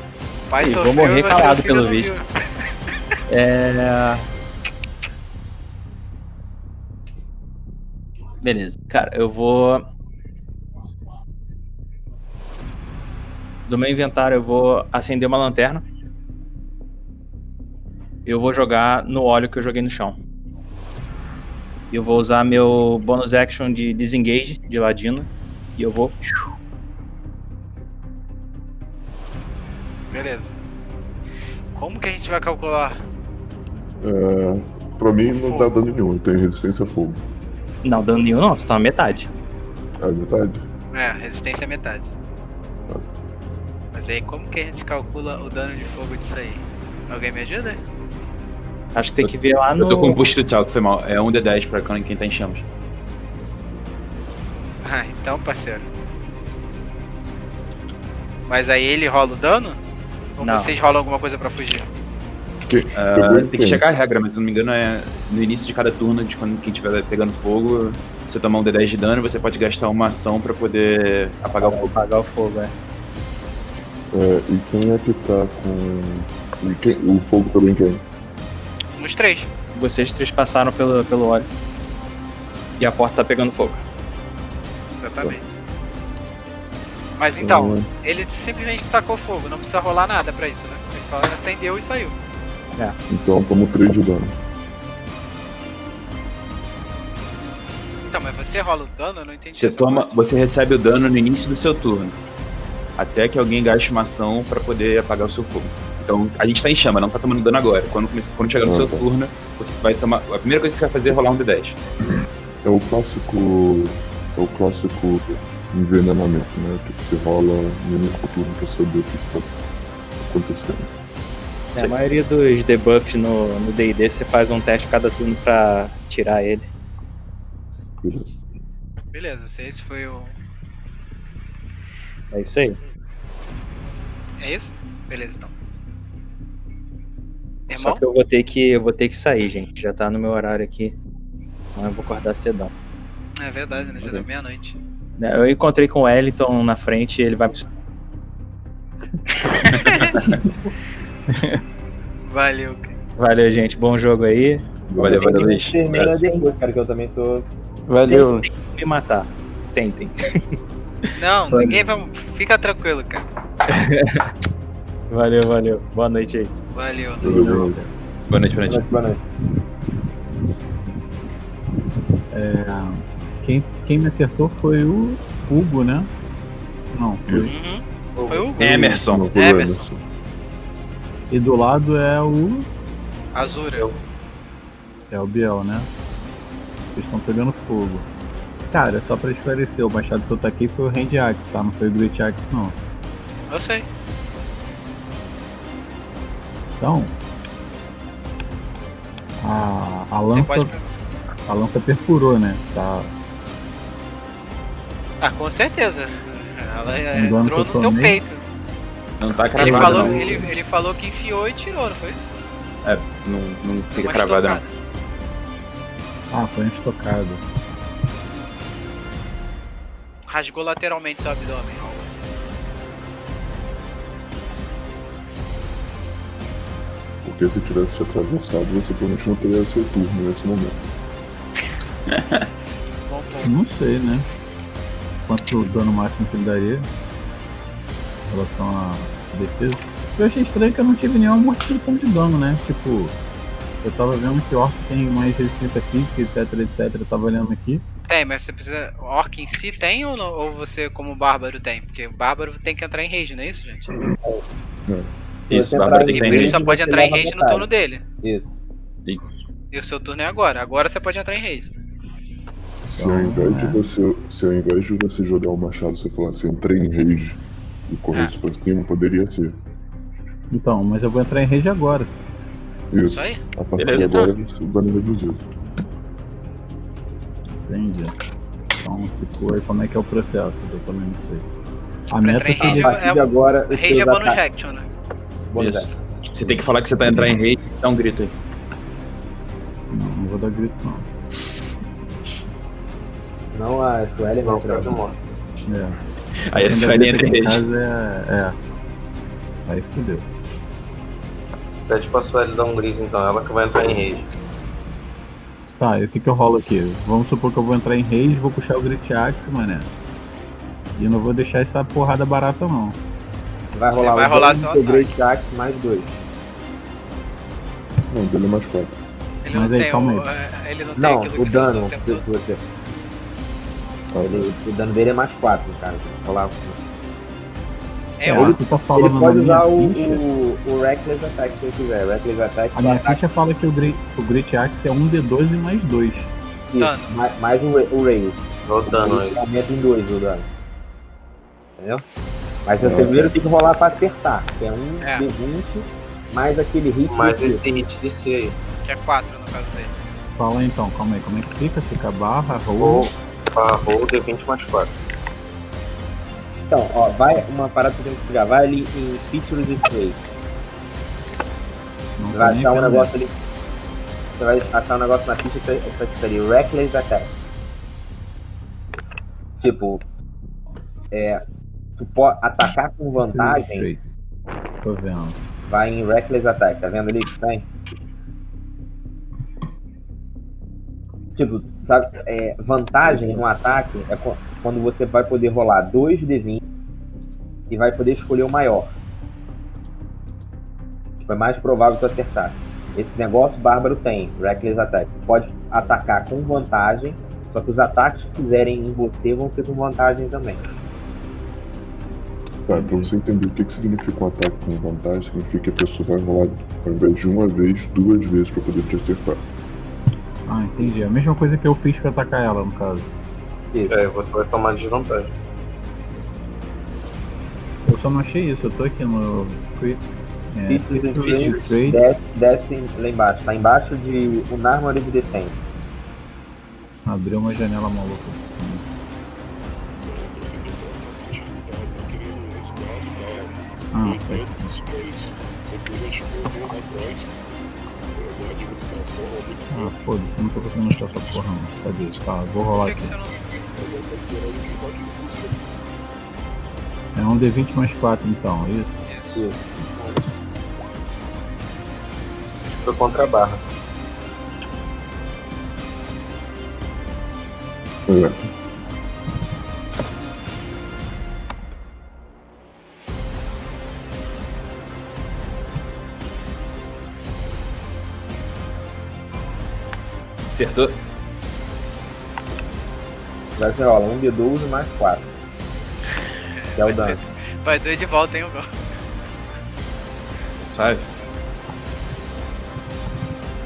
Speaker 5: O pai
Speaker 4: Ih, vou
Speaker 5: sofreu
Speaker 4: morrer
Speaker 5: e você,
Speaker 4: calado,
Speaker 5: o filho,
Speaker 4: pelo
Speaker 5: não viu.
Speaker 4: visto. É. Beleza, cara, eu vou. Do meu inventário, eu vou acender uma lanterna. Eu vou jogar no óleo que eu joguei no chão. E Eu vou usar meu bonus action de disengage de ladino. E eu vou.
Speaker 5: Beleza. Como que a gente vai calcular?
Speaker 14: É, pra mim não dá dano nenhum, eu tenho resistência a fogo.
Speaker 4: Não, dano nenhum não, você tá na metade.
Speaker 14: É verdade?
Speaker 5: É, resistência é metade. Mas aí como que a gente calcula o dano de fogo disso aí? Alguém me ajuda?
Speaker 4: Acho que tem que ver lá no.
Speaker 1: Eu tô com o boost do Tchau, que foi mal. É 1 de 10 pra quem tá em chamas.
Speaker 5: Ah, então parceiro. Mas aí ele rola o dano? Ou
Speaker 1: Não.
Speaker 5: vocês rolam alguma coisa pra fugir?
Speaker 1: Ah, tem que checar a regra, mas se eu não me engano é no início de cada turno, de quando quem estiver pegando fogo, você tomar um D10 de dano, você pode gastar uma ação pra poder apagar o fogo.
Speaker 4: Apagar o fogo, é.
Speaker 14: É, e quem é que tá com. E quem... O fogo também quem?
Speaker 5: Os três.
Speaker 4: Vocês três passaram pelo, pelo óleo. E a porta tá pegando fogo.
Speaker 5: Exatamente. Mas então,
Speaker 4: Hum.
Speaker 5: ele simplesmente tacou fogo, não precisa rolar nada pra isso, né? Ele só acendeu e saiu.
Speaker 14: Então tomo 3 de dano.
Speaker 5: Então, mas você rola o dano, eu não entendi.
Speaker 1: Você, toma, você recebe o dano no início do seu turno. Até que alguém gaste uma ação pra poder apagar o seu fogo. Então, a gente tá em chama, não tá tomando dano agora. Quando, começa- quando chegar no
Speaker 14: Ah,
Speaker 1: seu
Speaker 14: tá.
Speaker 1: turno, você vai tomar. A primeira coisa que você vai fazer é rolar um D10.
Speaker 14: É o clássico. É o clássico envenenamento, né? Tipo, você rola menos turno pra saber o que tá acontecendo.
Speaker 4: É, a maioria dos debuffs no no DD você faz um teste cada turno pra tirar ele.
Speaker 5: Beleza, se esse foi o.
Speaker 4: É isso aí.
Speaker 5: É isso? Beleza então.
Speaker 4: Só que eu vou ter que eu vou ter que sair, gente. Já tá no meu horário aqui. Amanhã eu vou acordar cedão.
Speaker 5: É verdade, né? Já deu meia-noite.
Speaker 4: Né, Eu encontrei com o Wellington na frente e ele vai.
Speaker 5: Valeu, cara.
Speaker 4: Valeu, gente. Bom jogo aí.
Speaker 1: Valeu, valeu, Luiz.
Speaker 13: Termina
Speaker 4: Abraço.
Speaker 13: depois, cara, que eu também tô.
Speaker 4: Valeu. Tentem me matar. Tentem.
Speaker 5: Não, ninguém vai. Fica tranquilo, cara.
Speaker 4: valeu, valeu. Boa noite aí.
Speaker 5: Valeu.
Speaker 1: Boa noite, boa noite.
Speaker 13: Boa noite.
Speaker 7: É, quem, quem me acertou foi o Hugo, né? Não, foi.
Speaker 5: Uhum. Foi o
Speaker 1: Emerson.
Speaker 5: Emerson.
Speaker 7: E do lado é o.
Speaker 5: Azura.
Speaker 7: É o Biel, né? Eles estão pegando fogo. Cara, só pra esclarecer, o machado que eu taquei foi o Hand Axe, tá? Não foi o Great Axe, não.
Speaker 5: Eu sei.
Speaker 7: Então. A, a lança. A lança perfurou, né? Tá.
Speaker 5: Ah, com certeza. Ela é,
Speaker 7: Um dano
Speaker 5: entrou no
Speaker 7: que
Speaker 5: teu
Speaker 7: eu tomei.
Speaker 5: peito.
Speaker 1: Não tá
Speaker 5: Ele
Speaker 1: cravado,
Speaker 5: falou,
Speaker 1: não.
Speaker 5: ele, ele falou que enfiou e tirou, não foi isso?
Speaker 1: É, não, não fica
Speaker 5: Uma
Speaker 1: cravado, não.
Speaker 7: Ah, foi um estocado.
Speaker 5: Rasgou lateralmente seu abdômen, algo assim.
Speaker 14: Porque se tivesse te atravessado, você provavelmente não teria seu turno nesse momento.
Speaker 7: Não sei, né? Quanto o dano máximo que ele daria em relação à defesa. Eu achei estranho que eu não tive nenhuma amortização de dano, né? Tipo, eu tava vendo que Orc tem mais resistência física, etc, etc. Eu tava olhando aqui.
Speaker 5: Tem, mas você precisa. O orc em si tem ou, não- ou você, como bárbaro, tem? Porque o bárbaro tem que entrar em rage, não é isso, gente?
Speaker 1: Isso,
Speaker 13: Você
Speaker 1: Bárbara
Speaker 13: entrar
Speaker 1: tem
Speaker 13: em
Speaker 1: que
Speaker 13: rage,
Speaker 1: entender.
Speaker 5: Ele só
Speaker 13: você
Speaker 5: pode entrar em
Speaker 13: leva
Speaker 5: rage no
Speaker 13: vantagem.
Speaker 5: turno dele.
Speaker 13: Isso.
Speaker 5: E o seu turno é agora. Agora você pode entrar em rage.
Speaker 14: Se ao,
Speaker 7: Então,
Speaker 14: invés de
Speaker 7: é.
Speaker 14: você, se ao invés de você jogar o machado, você falasse entrei em rage e corresse pra cima, poderia ser.
Speaker 7: Então, mas eu vou entrar em rage agora.
Speaker 14: Isso.
Speaker 5: aí?
Speaker 14: A partir
Speaker 7: Beleza,
Speaker 14: de
Speaker 5: então.
Speaker 14: agora, o dano é reduzido.
Speaker 7: Entendi. Então, tipo, aí como é que é o processo? Eu também não sei. A
Speaker 5: Pra entrar
Speaker 7: meta
Speaker 5: em rage
Speaker 7: seria.
Speaker 5: é,
Speaker 13: agora,
Speaker 5: rage é bonus action, né?
Speaker 1: Isso. Você tem que falar que você tá entrar em rei e dá um grito aí.
Speaker 7: Não, não vou dar grito, não.
Speaker 13: Não a Sueli vai entrar.
Speaker 7: É.
Speaker 1: Aí a
Speaker 7: Ainda
Speaker 1: Sueli
Speaker 7: bem
Speaker 1: entra
Speaker 7: que
Speaker 1: em rede.
Speaker 7: aqui casa é, é. Aí fudeu.
Speaker 3: Pede pra Sueli dar um grito então, ela que vai entrar em rede.
Speaker 7: Tá, e o que que eu rolo aqui? Vamos supor que eu vou entrar em rage, vou puxar o Grit Axe, mané. E não vou deixar essa porrada barata, não.
Speaker 13: Vai
Speaker 5: Você
Speaker 13: rolar,
Speaker 5: vai
Speaker 13: o
Speaker 5: rolar
Speaker 13: dano
Speaker 5: só
Speaker 13: do
Speaker 5: ataque.
Speaker 13: Great Axe mais dois.
Speaker 14: Não, dele é mais forte.
Speaker 5: Ele
Speaker 7: Mas
Speaker 5: não
Speaker 7: aí,
Speaker 5: tem
Speaker 7: calma
Speaker 5: o-
Speaker 7: aí.
Speaker 5: é, Ele não tem
Speaker 13: Não,
Speaker 5: aquilo
Speaker 13: o
Speaker 5: que
Speaker 13: dano
Speaker 5: você
Speaker 13: que você. Ele- o dano dele é mais 4, cara. Vou Falar.
Speaker 5: É,
Speaker 7: Cara, tu tá falando
Speaker 13: ele
Speaker 7: na
Speaker 13: pode
Speaker 7: minha
Speaker 13: usar o,
Speaker 7: ficha?
Speaker 13: o, o Reckless Attack se ele quiser. Reckless Attack
Speaker 7: A minha
Speaker 13: ataque,
Speaker 7: ficha fala que o Grit, o Grit Axe é 1d12 mais 2.
Speaker 13: isso, mais, mais o, Ra- o Raid.
Speaker 3: O dano,
Speaker 13: Ele
Speaker 3: isso.
Speaker 13: aumenta em 2 o dano. Entendeu? Mas
Speaker 7: Ah,
Speaker 13: você
Speaker 3: É.
Speaker 13: primeiro tem que rolar pra acertar, que é 1 um
Speaker 5: É.
Speaker 13: D20 mais aquele hit.
Speaker 3: Mas
Speaker 13: desse.
Speaker 3: esse hit desse aí.
Speaker 5: Que é 4 no caso dele.
Speaker 7: Fala aí, então, calma aí, como é que fica? Fica barra, roll.
Speaker 3: Ou barrou o D20 mais 4.
Speaker 13: Então, ó, vai uma parada que eu tenho que explicar. Vai ali em Features Display.
Speaker 7: Não
Speaker 13: Você vai
Speaker 7: nem
Speaker 13: achar um
Speaker 7: vendo. né?
Speaker 13: negócio ali. Você vai achar um negócio na ficha que vai estar ali, Reckless Attack. Tipo, é. Tu pode atacar com vantagem,
Speaker 7: Tô vendo.
Speaker 14: Tá,
Speaker 13: vai em Reckless Attack, tá vendo ali que tem? Tipo, sabe, é, vantagem no ataque é qu- quando você vai poder rolar dois D20 e vai poder escolher o maior. Tipo, é mais provável tu acertar. Esse negócio bárbaro tem, Reckless Attack. Pode atacar com vantagem, só que os ataques que fizerem em você vão ser com vantagem também.
Speaker 14: Tá, pra você entender o que, que significa um ataque com vantagem, significa que a pessoa vai rolar ao invés de uma vez, duas vezes pra poder te acertar.
Speaker 7: Ah, entendi. A mesma coisa que eu fiz pra atacar ela, no caso.
Speaker 3: É, você vai tomar desvantagem.
Speaker 7: Eu só não achei isso, eu tô aqui no. Free, é,
Speaker 13: Features
Speaker 7: Features
Speaker 13: and
Speaker 7: de
Speaker 13: Traits,
Speaker 7: Traits.
Speaker 13: desce, desce lá embaixo. Tá embaixo de Unarmored Defense.
Speaker 7: Abriu uma janela maluca. Ah, tá. Ah, foda-se, não tô conseguindo achar essa porra não. Cadê? Tá, vou rolar aqui. É um D20 mais 4 então, é isso? Isso.
Speaker 3: Foi contra a barra.
Speaker 14: É.
Speaker 1: Acertou?
Speaker 13: Vai ser, rola, 1d12 mais 4. Que é o dano.
Speaker 5: Vai dois de volta, hein, o gol.
Speaker 1: Suave.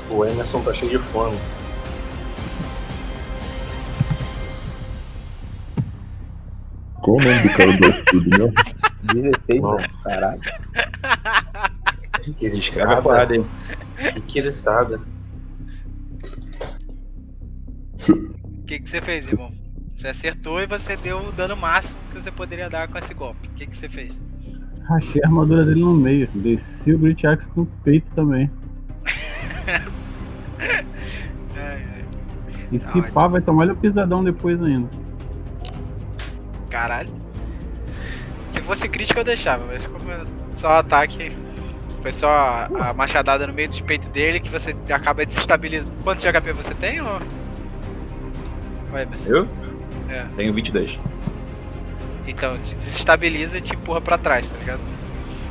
Speaker 3: O Emerson tá cheio de fome.
Speaker 14: Qual o nome do cara do estudo mesmo?
Speaker 13: 16, né?
Speaker 3: Nossa.
Speaker 13: Caraca.
Speaker 3: Que
Speaker 1: Escreve a parada aí.
Speaker 3: Que quiritada.
Speaker 5: O que, que você fez, irmão? Você acertou e você deu o dano máximo que você poderia dar com esse golpe. O que, que você fez?
Speaker 7: Rachei a armadura dele no meio. Desci o Great Axe no peito também. E se pá, vai tomar o pisadão depois ainda.
Speaker 5: Caralho. Se fosse crítico eu deixava, mas como é só ataque. Foi só a, a machadada no meio do peito dele que você acaba desestabilizando. Quanto de HP você tem, ô? Vai, mas-
Speaker 1: Eu?
Speaker 5: É.
Speaker 1: Tenho 22.
Speaker 5: Então, te desestabiliza e te empurra pra trás, tá ligado?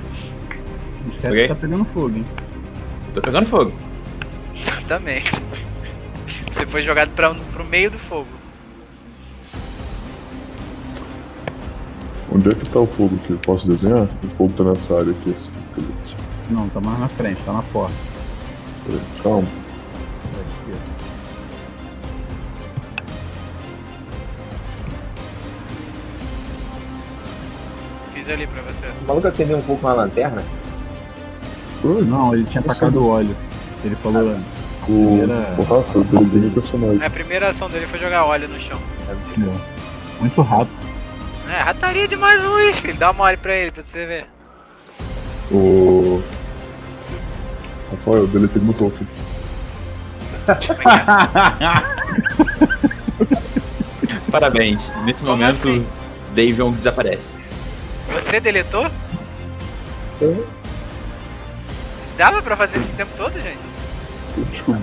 Speaker 7: Não esquece
Speaker 1: Ok.
Speaker 7: que tá pegando fogo, hein?
Speaker 1: Tô pegando fogo.
Speaker 5: Exatamente. Você foi jogado pra, um, pro meio do fogo.
Speaker 14: Onde é que tá o fogo que eu posso desenhar? O fogo tá nessa área aqui. assim.
Speaker 7: Não, tá mais na frente, tá na porta.
Speaker 14: Peraí, Calma.
Speaker 5: Fiz ali pra você.
Speaker 13: O maluco acendeu um pouco uma lanterna?
Speaker 7: Não, ele tinha tacado óleo. Ele falou.
Speaker 14: O
Speaker 7: Primeira-
Speaker 14: o Rafa, eu desenhei o personagem.
Speaker 5: A primeira ação dele foi jogar óleo no chão.
Speaker 7: Muito rato.
Speaker 5: É, rataria demais Luiz, filho. Dá uma olho pra ele, pra você ver.
Speaker 14: O. Rafael, eu deletei meu token.
Speaker 1: Parabéns. Nesse momento,
Speaker 5: assim?
Speaker 1: Davion desaparece.
Speaker 5: Você deletou? Dava pra fazer esse tempo todo, gente?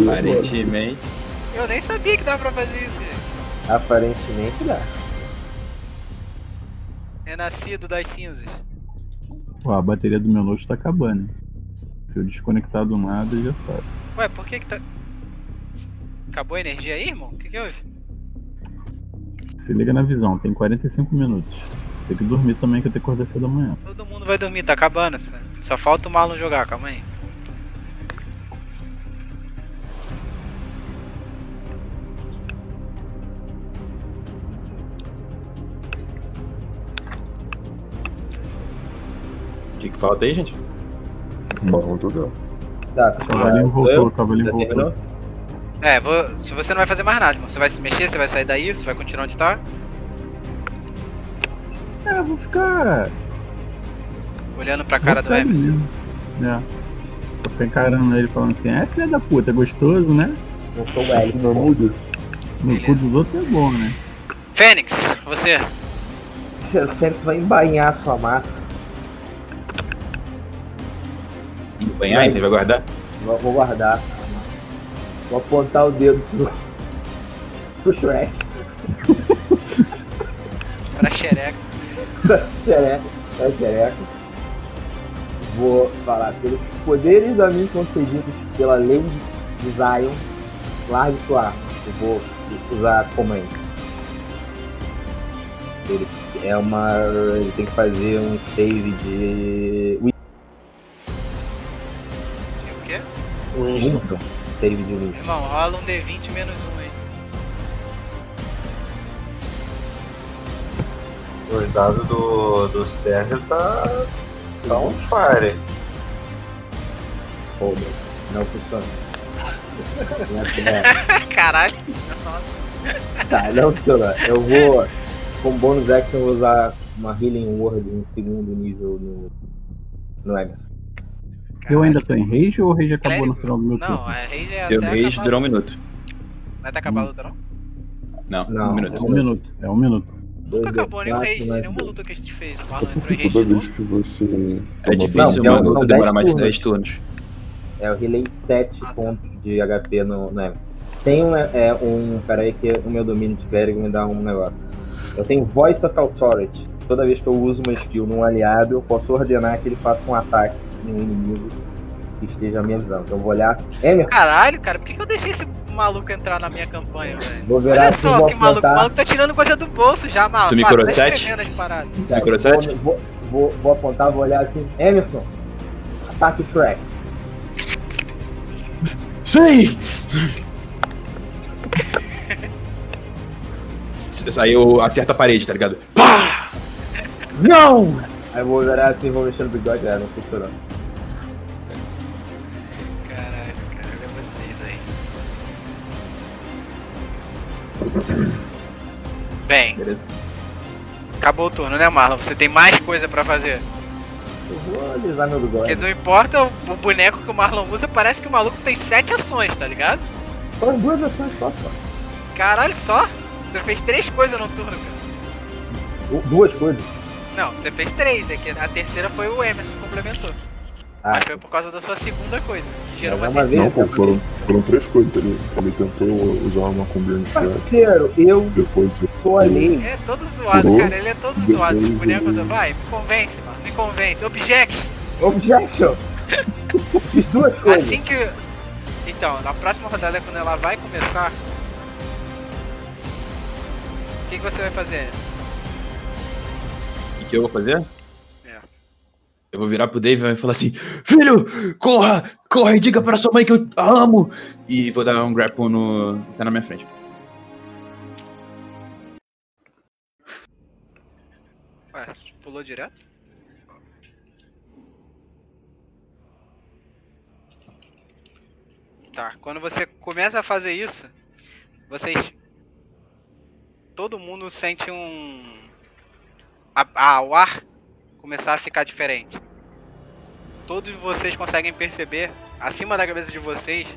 Speaker 1: Aparentemente.
Speaker 5: Eu nem sabia que dava pra fazer isso, gente.
Speaker 13: Aparentemente dá.
Speaker 5: Renascido É das cinzas.
Speaker 7: Pô, a bateria do meu note tá acabando. hein? Se eu desconectar do nada, já sabe.
Speaker 5: Ué, por que que tá. Acabou a energia aí, irmão? O que que houve?
Speaker 7: Se liga na visão, tem 45 minutos. Tem que dormir também, que eu tenho que acordar cedo amanhã.
Speaker 5: Todo mundo vai dormir, tá acabando. só- Só falta o Malon jogar, calma aí.
Speaker 1: O que, que falta aí, gente?
Speaker 14: Não, tô dando.
Speaker 13: Tá,
Speaker 7: O cavalinho voltou, o cavalinho voltou.
Speaker 5: É, vou... se você não vai fazer mais nada, irmão. Você vai se mexer, você vai sair daí, você vai continuar onde tá.
Speaker 7: É, eu vou ficar.
Speaker 5: Olhando pra cara do
Speaker 7: vou ficar
Speaker 5: Emerson.
Speaker 7: ali. É. Vou ficar encarando ele falando assim: é filha da puta, é gostoso, né?
Speaker 13: Voltou o
Speaker 7: L. No cu dos outros é bom, né?
Speaker 5: Fênix, você.
Speaker 13: O Fênix vai embainhar a sua massa.
Speaker 1: Empanhar, então vai guardar?
Speaker 13: Vou, vou guardar. Vou apontar o dedo pro, pro Shrek.
Speaker 5: pra xereca.
Speaker 13: xereca, pra xereca. Vou falar pelos poderes a mim concedidos pela lei de Zion. Largue sua arma. Eu vou usar a comando. Ele é uma. Ele tem que fazer um save de.
Speaker 5: O quê?
Speaker 13: Wisdom. Save de Wisdom.
Speaker 5: Irmão, rola um D20 menos um aí.
Speaker 3: Os dados do, do Sérgio tá. tá on fire.
Speaker 13: Oh, meu. Não funciona. Não
Speaker 5: Caralho.
Speaker 13: Tá, não, senhora. Eu vou. Com bônus action, eu vou usar uma Healing Word em segundo nível no. No Emerson.
Speaker 7: Eu ainda tô em rage ou o rage acabou no final do meu turno?
Speaker 5: Não, é rage é
Speaker 1: Deu
Speaker 5: até
Speaker 1: rage,
Speaker 5: acabar-
Speaker 1: durou um minuto.
Speaker 5: Não é até acabar a luta, não?
Speaker 1: Não,
Speaker 7: Não,
Speaker 1: um minuto.
Speaker 7: É um minuto. É um minuto.
Speaker 5: Nunca
Speaker 7: é
Speaker 5: acabou nenhum rage,
Speaker 7: né?
Speaker 5: né?
Speaker 13: né?
Speaker 5: nenhuma luta que a gente fez. O Marlon entrou em rage.
Speaker 14: Toda vez que você.
Speaker 1: É difícil
Speaker 13: Não,
Speaker 1: uma
Speaker 13: não,
Speaker 1: luta
Speaker 13: não,
Speaker 1: demorar mais de 10
Speaker 13: dez
Speaker 1: turnos.
Speaker 13: É, eu relei 7
Speaker 5: Ah, tá.
Speaker 13: pontos de HP no. Né? Tem um, é, um. Peraí, que o meu domínio de clérigo me dá um negócio. Eu tenho Voice of Authority. Toda vez que eu uso uma skill num aliado, eu posso ordenar que ele faça um ataque em um inimigo que esteja à minha visão. Então eu vou olhar. Emerson,
Speaker 5: Caralho, cara, por que, que eu deixei esse maluco entrar na minha campanha, velho?
Speaker 13: vou virar
Speaker 5: Olha
Speaker 13: aqui e
Speaker 5: só
Speaker 13: vou
Speaker 5: que maluco, o
Speaker 13: apontar.
Speaker 5: maluco tá tirando coisa do bolso já, mal.
Speaker 13: Tu
Speaker 5: Tá
Speaker 13: microchat?
Speaker 5: escrevendo as paradas.
Speaker 14: É
Speaker 13: Cara, Tá Vou, vou, vou apontar, vou olhar assim. Emerson, ataque Shrek.
Speaker 1: Sim! Aí eu acerto a parede, tá ligado? Pá!
Speaker 13: Não! Aí eu vou olhar assim, vou mexer no bigode, é, não tô chorando.
Speaker 5: Olha é vocês aí. Bem.
Speaker 1: Beleza.
Speaker 5: Acabou o turno, né, Marlon? Você tem mais coisa pra fazer.
Speaker 13: Eu vou alisar meu bigode.
Speaker 5: Porque não importa o o boneco que o Marlon usa, parece que o maluco tem sete ações, tá ligado?
Speaker 13: Só duas ações só, só.
Speaker 5: Caralho, só? Você fez três coisas no turno, cara.
Speaker 13: Du- Duas coisas.
Speaker 5: Não, você fez três, é que a terceira foi o Emerson que complementou.
Speaker 13: Ah.
Speaker 5: Mas foi por causa da sua segunda coisa, que gerou uma
Speaker 13: Mas é uma
Speaker 5: terceira.
Speaker 14: Não, pô, foram, foram três coisas. Ele, ele tentou usar uma combinante Shrek.
Speaker 13: Parceiro, eu
Speaker 14: Depois.
Speaker 13: tô ali.
Speaker 5: É todo zoado,
Speaker 14: Uhum.
Speaker 5: cara. Ele é todo zoado. Esse
Speaker 14: Uhum.
Speaker 5: boneco do. Vai, me convence, mano. Me convence. Objection.
Speaker 13: Objection! Fiz duas coisas.
Speaker 5: Assim que. Então, na próxima rodada, quando ela vai começar. O que, que você vai fazer?
Speaker 1: O que eu vou fazer?
Speaker 5: É.
Speaker 1: Eu vou virar pro David e falar assim: Filho, corra, corre, diga para sua mãe que eu a amo. E vou dar um grapple no. que tá na minha frente.
Speaker 5: Ué, pulou direto? Tá, quando você começa a fazer isso, vocês. Todo mundo sente um. A, a- o ar começar a ficar diferente. Todos vocês conseguem perceber, acima da cabeça de vocês,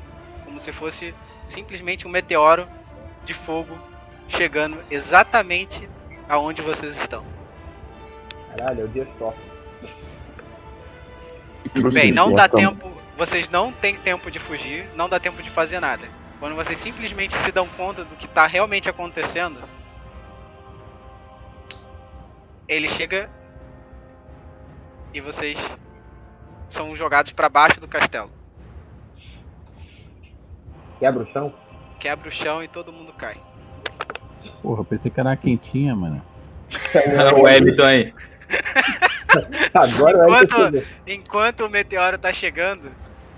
Speaker 5: como se fosse simplesmente um meteoro de fogo chegando exatamente aonde vocês estão.
Speaker 13: Caralho, é o dia só.
Speaker 5: Bem, não
Speaker 13: Assim,
Speaker 5: dá
Speaker 13: então-
Speaker 5: tempo. Vocês não têm tempo de fugir, não dá tempo de fazer nada. Quando vocês simplesmente se dão conta do que tá realmente acontecendo, ele chega e vocês são jogados pra baixo do castelo.
Speaker 13: Quebra o chão?
Speaker 5: Quebra o chão e todo mundo cai.
Speaker 7: Porra, pensei que era uma quentinha, mano.
Speaker 1: o Hamilton aí.
Speaker 7: Agora vai ter que
Speaker 5: enquanto,
Speaker 7: ver.
Speaker 5: enquanto o meteoro tá chegando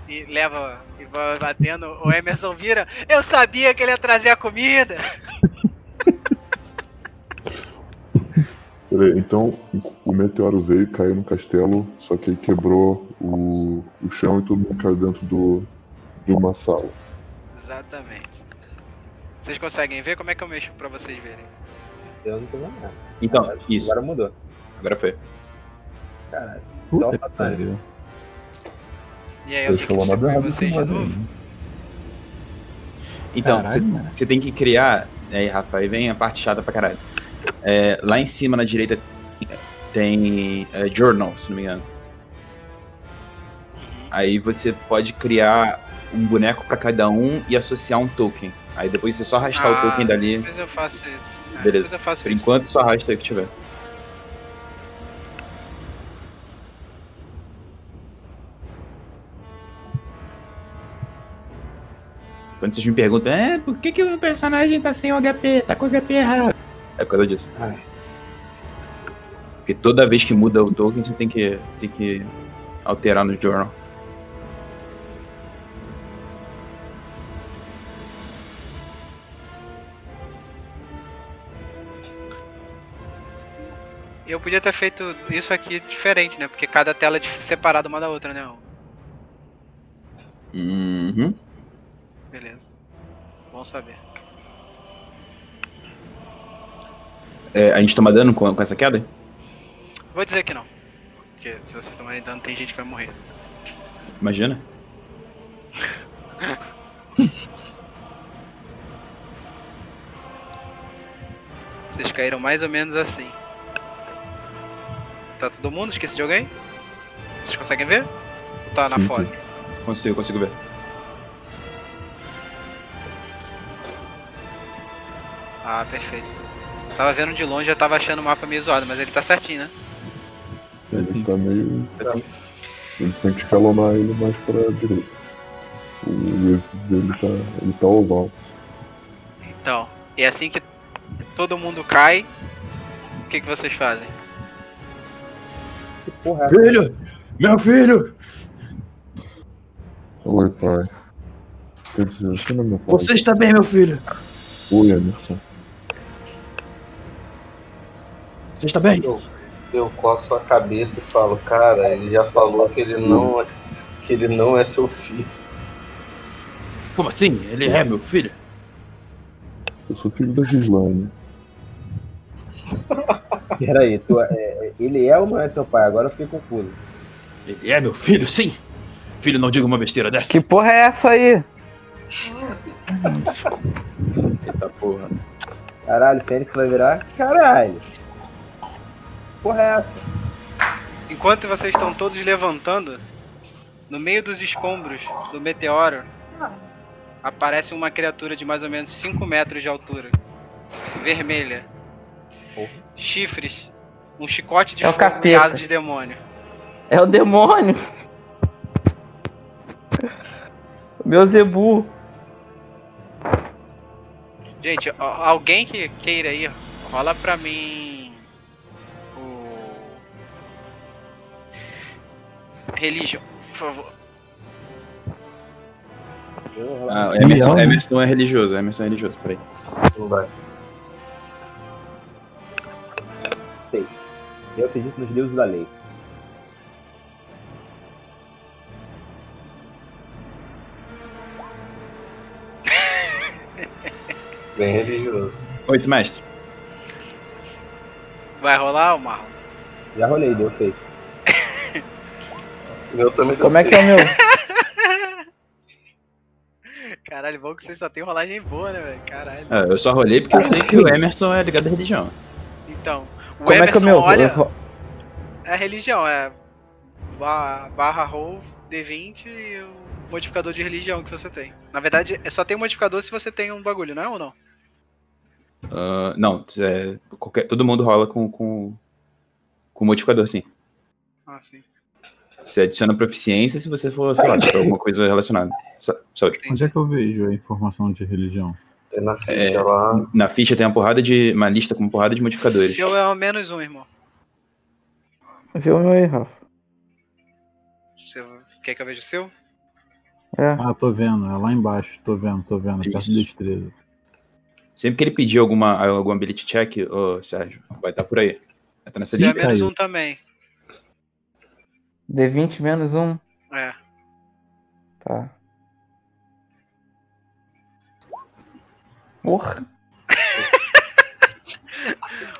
Speaker 5: e leva e vai batendo, o Emerson vira. Eu sabia que ele ia trazer a comida.
Speaker 14: Peraí, então o meteoro veio, caiu no castelo, só que aí quebrou o, o chão e todo mundo caiu dentro do, de uma sala.
Speaker 5: Exatamente. Vocês conseguem ver como é que eu mexo pra vocês verem?
Speaker 13: Eu não tô vendo nada.
Speaker 1: Então, isso.
Speaker 13: Agora mudou.
Speaker 1: Agora foi.
Speaker 13: Caralho.
Speaker 1: Então
Speaker 7: Puta
Speaker 1: tá,
Speaker 7: que pariu.
Speaker 5: E aí eu tenho que
Speaker 1: Deixa eu
Speaker 5: distribuir
Speaker 1: falar
Speaker 5: vocês de
Speaker 1: nada,
Speaker 5: novo?
Speaker 1: Então,
Speaker 7: Caralho, mano.
Speaker 1: você tem que criar. Aí, Rafa, aí vem a parte chata pra caralho. É, lá em cima, na direita, tem é, Journal, se não me engano. Aí você pode criar um boneco pra cada um e associar um token. Aí depois você só arrastar o token um dali.
Speaker 5: Ah, Depois eu faço isso. É, depois
Speaker 1: Beleza.
Speaker 5: eu faço
Speaker 1: Por
Speaker 5: isso.
Speaker 1: enquanto, só arrasta aí o que tiver. Quando vocês me perguntam, é, por que, que o personagem tá sem o HP? Tá com o HP errado. É por causa disso. Porque toda vez que muda o token, você tem que, tem que alterar no journal.
Speaker 5: Eu podia ter feito isso aqui diferente, né? Porque cada tela é dif- separada uma da outra, né?
Speaker 1: Uhum.
Speaker 5: Beleza. Bom saber.
Speaker 1: É, a gente toma dano com, com essa queda?
Speaker 5: Vou dizer que não. Porque se vocês tomarem dano, tem gente que vai morrer.
Speaker 1: Imagina.
Speaker 5: Vocês caíram mais ou menos assim. Tá todo mundo? Esqueci de alguém? Vocês conseguem ver? Ou tá na
Speaker 1: Sim,
Speaker 5: fog?
Speaker 1: sim. Consigo, consigo ver.
Speaker 5: Ah, perfeito. Tava vendo de longe, já tava achando o mapa meio zoado, mas ele tá certinho, né?
Speaker 7: assim.
Speaker 14: Ele tá meio. Ele tem que escalonar ele mais pra direita. O eixo dele tá. Ele tá oval.
Speaker 5: Então, e assim que todo mundo cai, o que, que vocês fazem?
Speaker 1: Filho! Meu filho!
Speaker 14: Oi, pai. Quer dizer, você não é meu pai.
Speaker 1: Você está bem, meu filho?
Speaker 14: Oi, Emerson.
Speaker 1: Você está bem?
Speaker 3: Eu, eu coço a cabeça e falo, cara, ele já falou que ele não é, que ele não é seu filho.
Speaker 1: Como assim? Ele é meu filho?
Speaker 14: Eu sou filho da Gislaine.
Speaker 13: Peraí, tu é- é- ele é ou não é seu pai? Agora eu fiquei confuso.
Speaker 1: Ele é meu filho, sim! Filho, não diga uma besteira dessa.
Speaker 8: Que porra é essa aí?
Speaker 1: Eita porra.
Speaker 13: Caralho, o Fênix vai virar? Caralho! Correto.
Speaker 5: Enquanto vocês estão todos levantando, no meio dos escombros do meteoro, aparece uma criatura de mais ou menos 5 metros de altura. Vermelha. Chifres. Um chicote de
Speaker 8: É o
Speaker 5: fogo e
Speaker 8: capeta.
Speaker 5: asas de demônio.
Speaker 8: É o demônio! Meu Zebu!
Speaker 5: Gente, a- alguém que queira aí, rola pra mim. O. Religion, por favor.
Speaker 1: Ah, o Emerson, Emerson é religioso, Emerson é religioso, peraí.
Speaker 3: Não vai.
Speaker 13: Sei. Eu acredito nos deuses da lei.
Speaker 3: Bem religioso.
Speaker 1: Oito, mestre.
Speaker 5: Vai rolar, ô Marlon?
Speaker 13: Já rolei, deu seis.
Speaker 3: Eu também
Speaker 13: Como é que é o meu?
Speaker 5: Caralho, bom que vocês só tem rolagem boa, né, velho? Caralho.
Speaker 1: Ah, eu só rolei porque eu sei que o Emerson é ligado à religião.
Speaker 5: Então, o
Speaker 1: Como é que é
Speaker 5: Emerson
Speaker 1: o meu?
Speaker 5: olha.
Speaker 1: Eu ro-
Speaker 5: É religião, é. ba- Barra roll D20 e o modificador de religião que você tem. Na verdade, é- só tem um modificador se você tem um bagulho, não é ou não?
Speaker 1: Ah, não, é, qualquer- todo mundo rola com, com, com modificador, sim.
Speaker 5: Ah, sim.
Speaker 1: Você adiciona proficiência se você for, sei lá, tipo, alguma coisa relacionada. tipo, Sa- Saúde.
Speaker 7: Onde é que eu vejo a informação de religião?
Speaker 3: É na ficha
Speaker 1: lá. Na ficha tem uma porrada de. uma lista com uma porrada de modificadores.
Speaker 5: Seu é o menos um, irmão.
Speaker 8: Viu meu aí, Rafa?
Speaker 5: Seu... Quer que eu veja o seu?
Speaker 7: Ah, tô vendo, é lá embaixo, tô vendo, tô vendo, perto da estrela.
Speaker 1: Sempre que ele pedir alguma, alguma ability check, ô Sérgio, vai estar por aí. Vai estar nessa
Speaker 5: Seu é
Speaker 1: lista.
Speaker 5: menos um também.
Speaker 8: D20 menos um.
Speaker 5: É.
Speaker 8: Tá. Porra.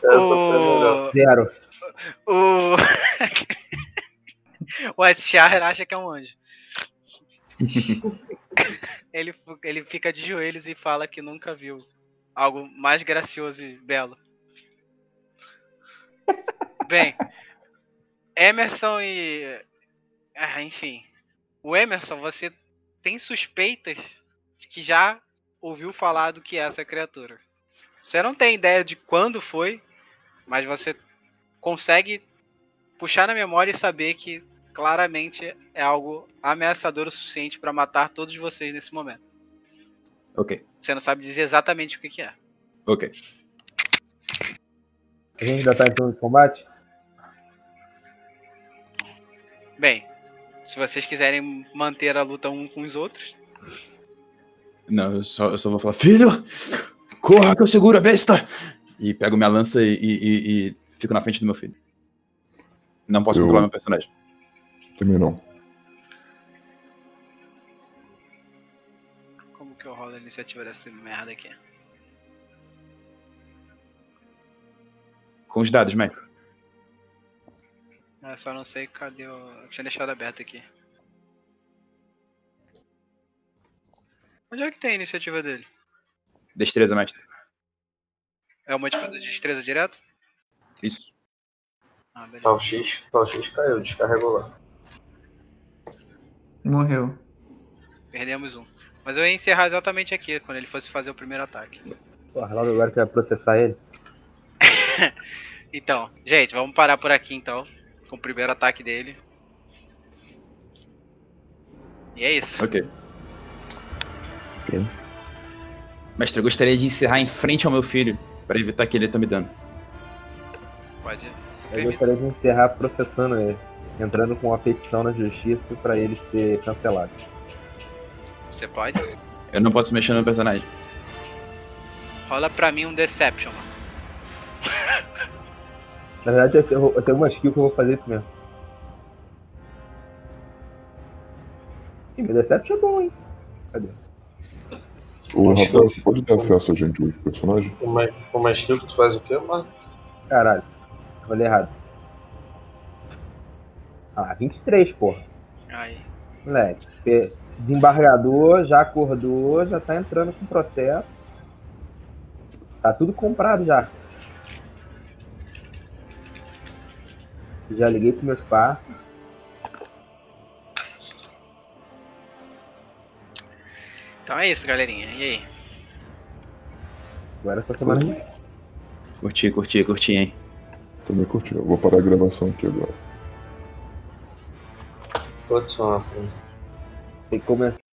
Speaker 5: É. O...
Speaker 13: Zero.
Speaker 5: O. o Etchar acha que é um anjo. Ele, ele fica de joelhos e fala que nunca viu algo mais gracioso e belo. Bem, Emerson e. Ah, enfim. O Emerson, você tem suspeitas de que já ouviu falar do que é essa criatura. Você não tem ideia de quando foi, mas você consegue puxar na memória e saber que claramente é algo ameaçador o suficiente para matar todos vocês nesse momento.
Speaker 1: Ok,
Speaker 5: Você não sabe dizer exatamente o que, que é.
Speaker 1: ok.
Speaker 13: A gente ainda tá em turno de combate?
Speaker 5: Bem, se vocês quiserem manter a luta um com os outros,
Speaker 1: Não, eu só, eu só vou falar, filho! Corra que eu seguro a besta! E pego minha lança e, e- e- e fico na frente do meu filho. Não posso
Speaker 14: Eu-
Speaker 1: controlar meu personagem.
Speaker 14: Também não.
Speaker 5: como que eu rolo a iniciativa dessa merda aqui?
Speaker 1: Com os dados, Mac.
Speaker 5: Eu só não sei cadê o. Eu tinha deixado aberto aqui. Onde é que tem a iniciativa dele?
Speaker 1: Destreza, mestre.
Speaker 5: É o modificador de destreza direto?
Speaker 1: Isso.
Speaker 5: Ah, beleza.
Speaker 3: Tá, o X, tá, o X caiu, descarregou lá.
Speaker 8: Morreu.
Speaker 5: Perdemos um. Mas eu ia encerrar exatamente aqui, quando ele fosse fazer o primeiro ataque.
Speaker 13: O Arnaldo agora quer processar ele.
Speaker 5: Então, gente, vamos parar por aqui então. Com o primeiro ataque dele. E é isso.
Speaker 1: Ok. Mestre, eu gostaria de encerrar em frente ao meu filho, para evitar que ele tome dano.
Speaker 5: Pode.
Speaker 13: Eu gostaria de encerrar processando ele, entrando com uma petição na justiça pra ele ser cancelado.
Speaker 5: Você pode?
Speaker 1: Eu não posso mexer no meu personagem.
Speaker 5: Rola pra mim um Deception. mano.
Speaker 13: Na verdade, eu tenho, eu tenho uma skill que eu vou fazer isso mesmo. Ih, meu Deception é bom, hein? Cadê?
Speaker 14: O Rafael, você pode ter acesso a gente hoje, personagem?
Speaker 3: Com mais, com mais skill que tu faz o quê, mano?
Speaker 13: Caralho, falei errado. Ah, 23, porra.
Speaker 5: Aí.
Speaker 13: Moleque, porque desembargador já acordou, já tá entrando com processo. Tá tudo comprado já. Já liguei pro meus pais.
Speaker 5: Então é isso, galerinha. E aí?
Speaker 13: Agora é só semana que
Speaker 1: Curti, curti, curti, hein?
Speaker 14: Também curti. Eu vou parar a gravação aqui agora.
Speaker 3: Putz, mano.
Speaker 13: Tem que começar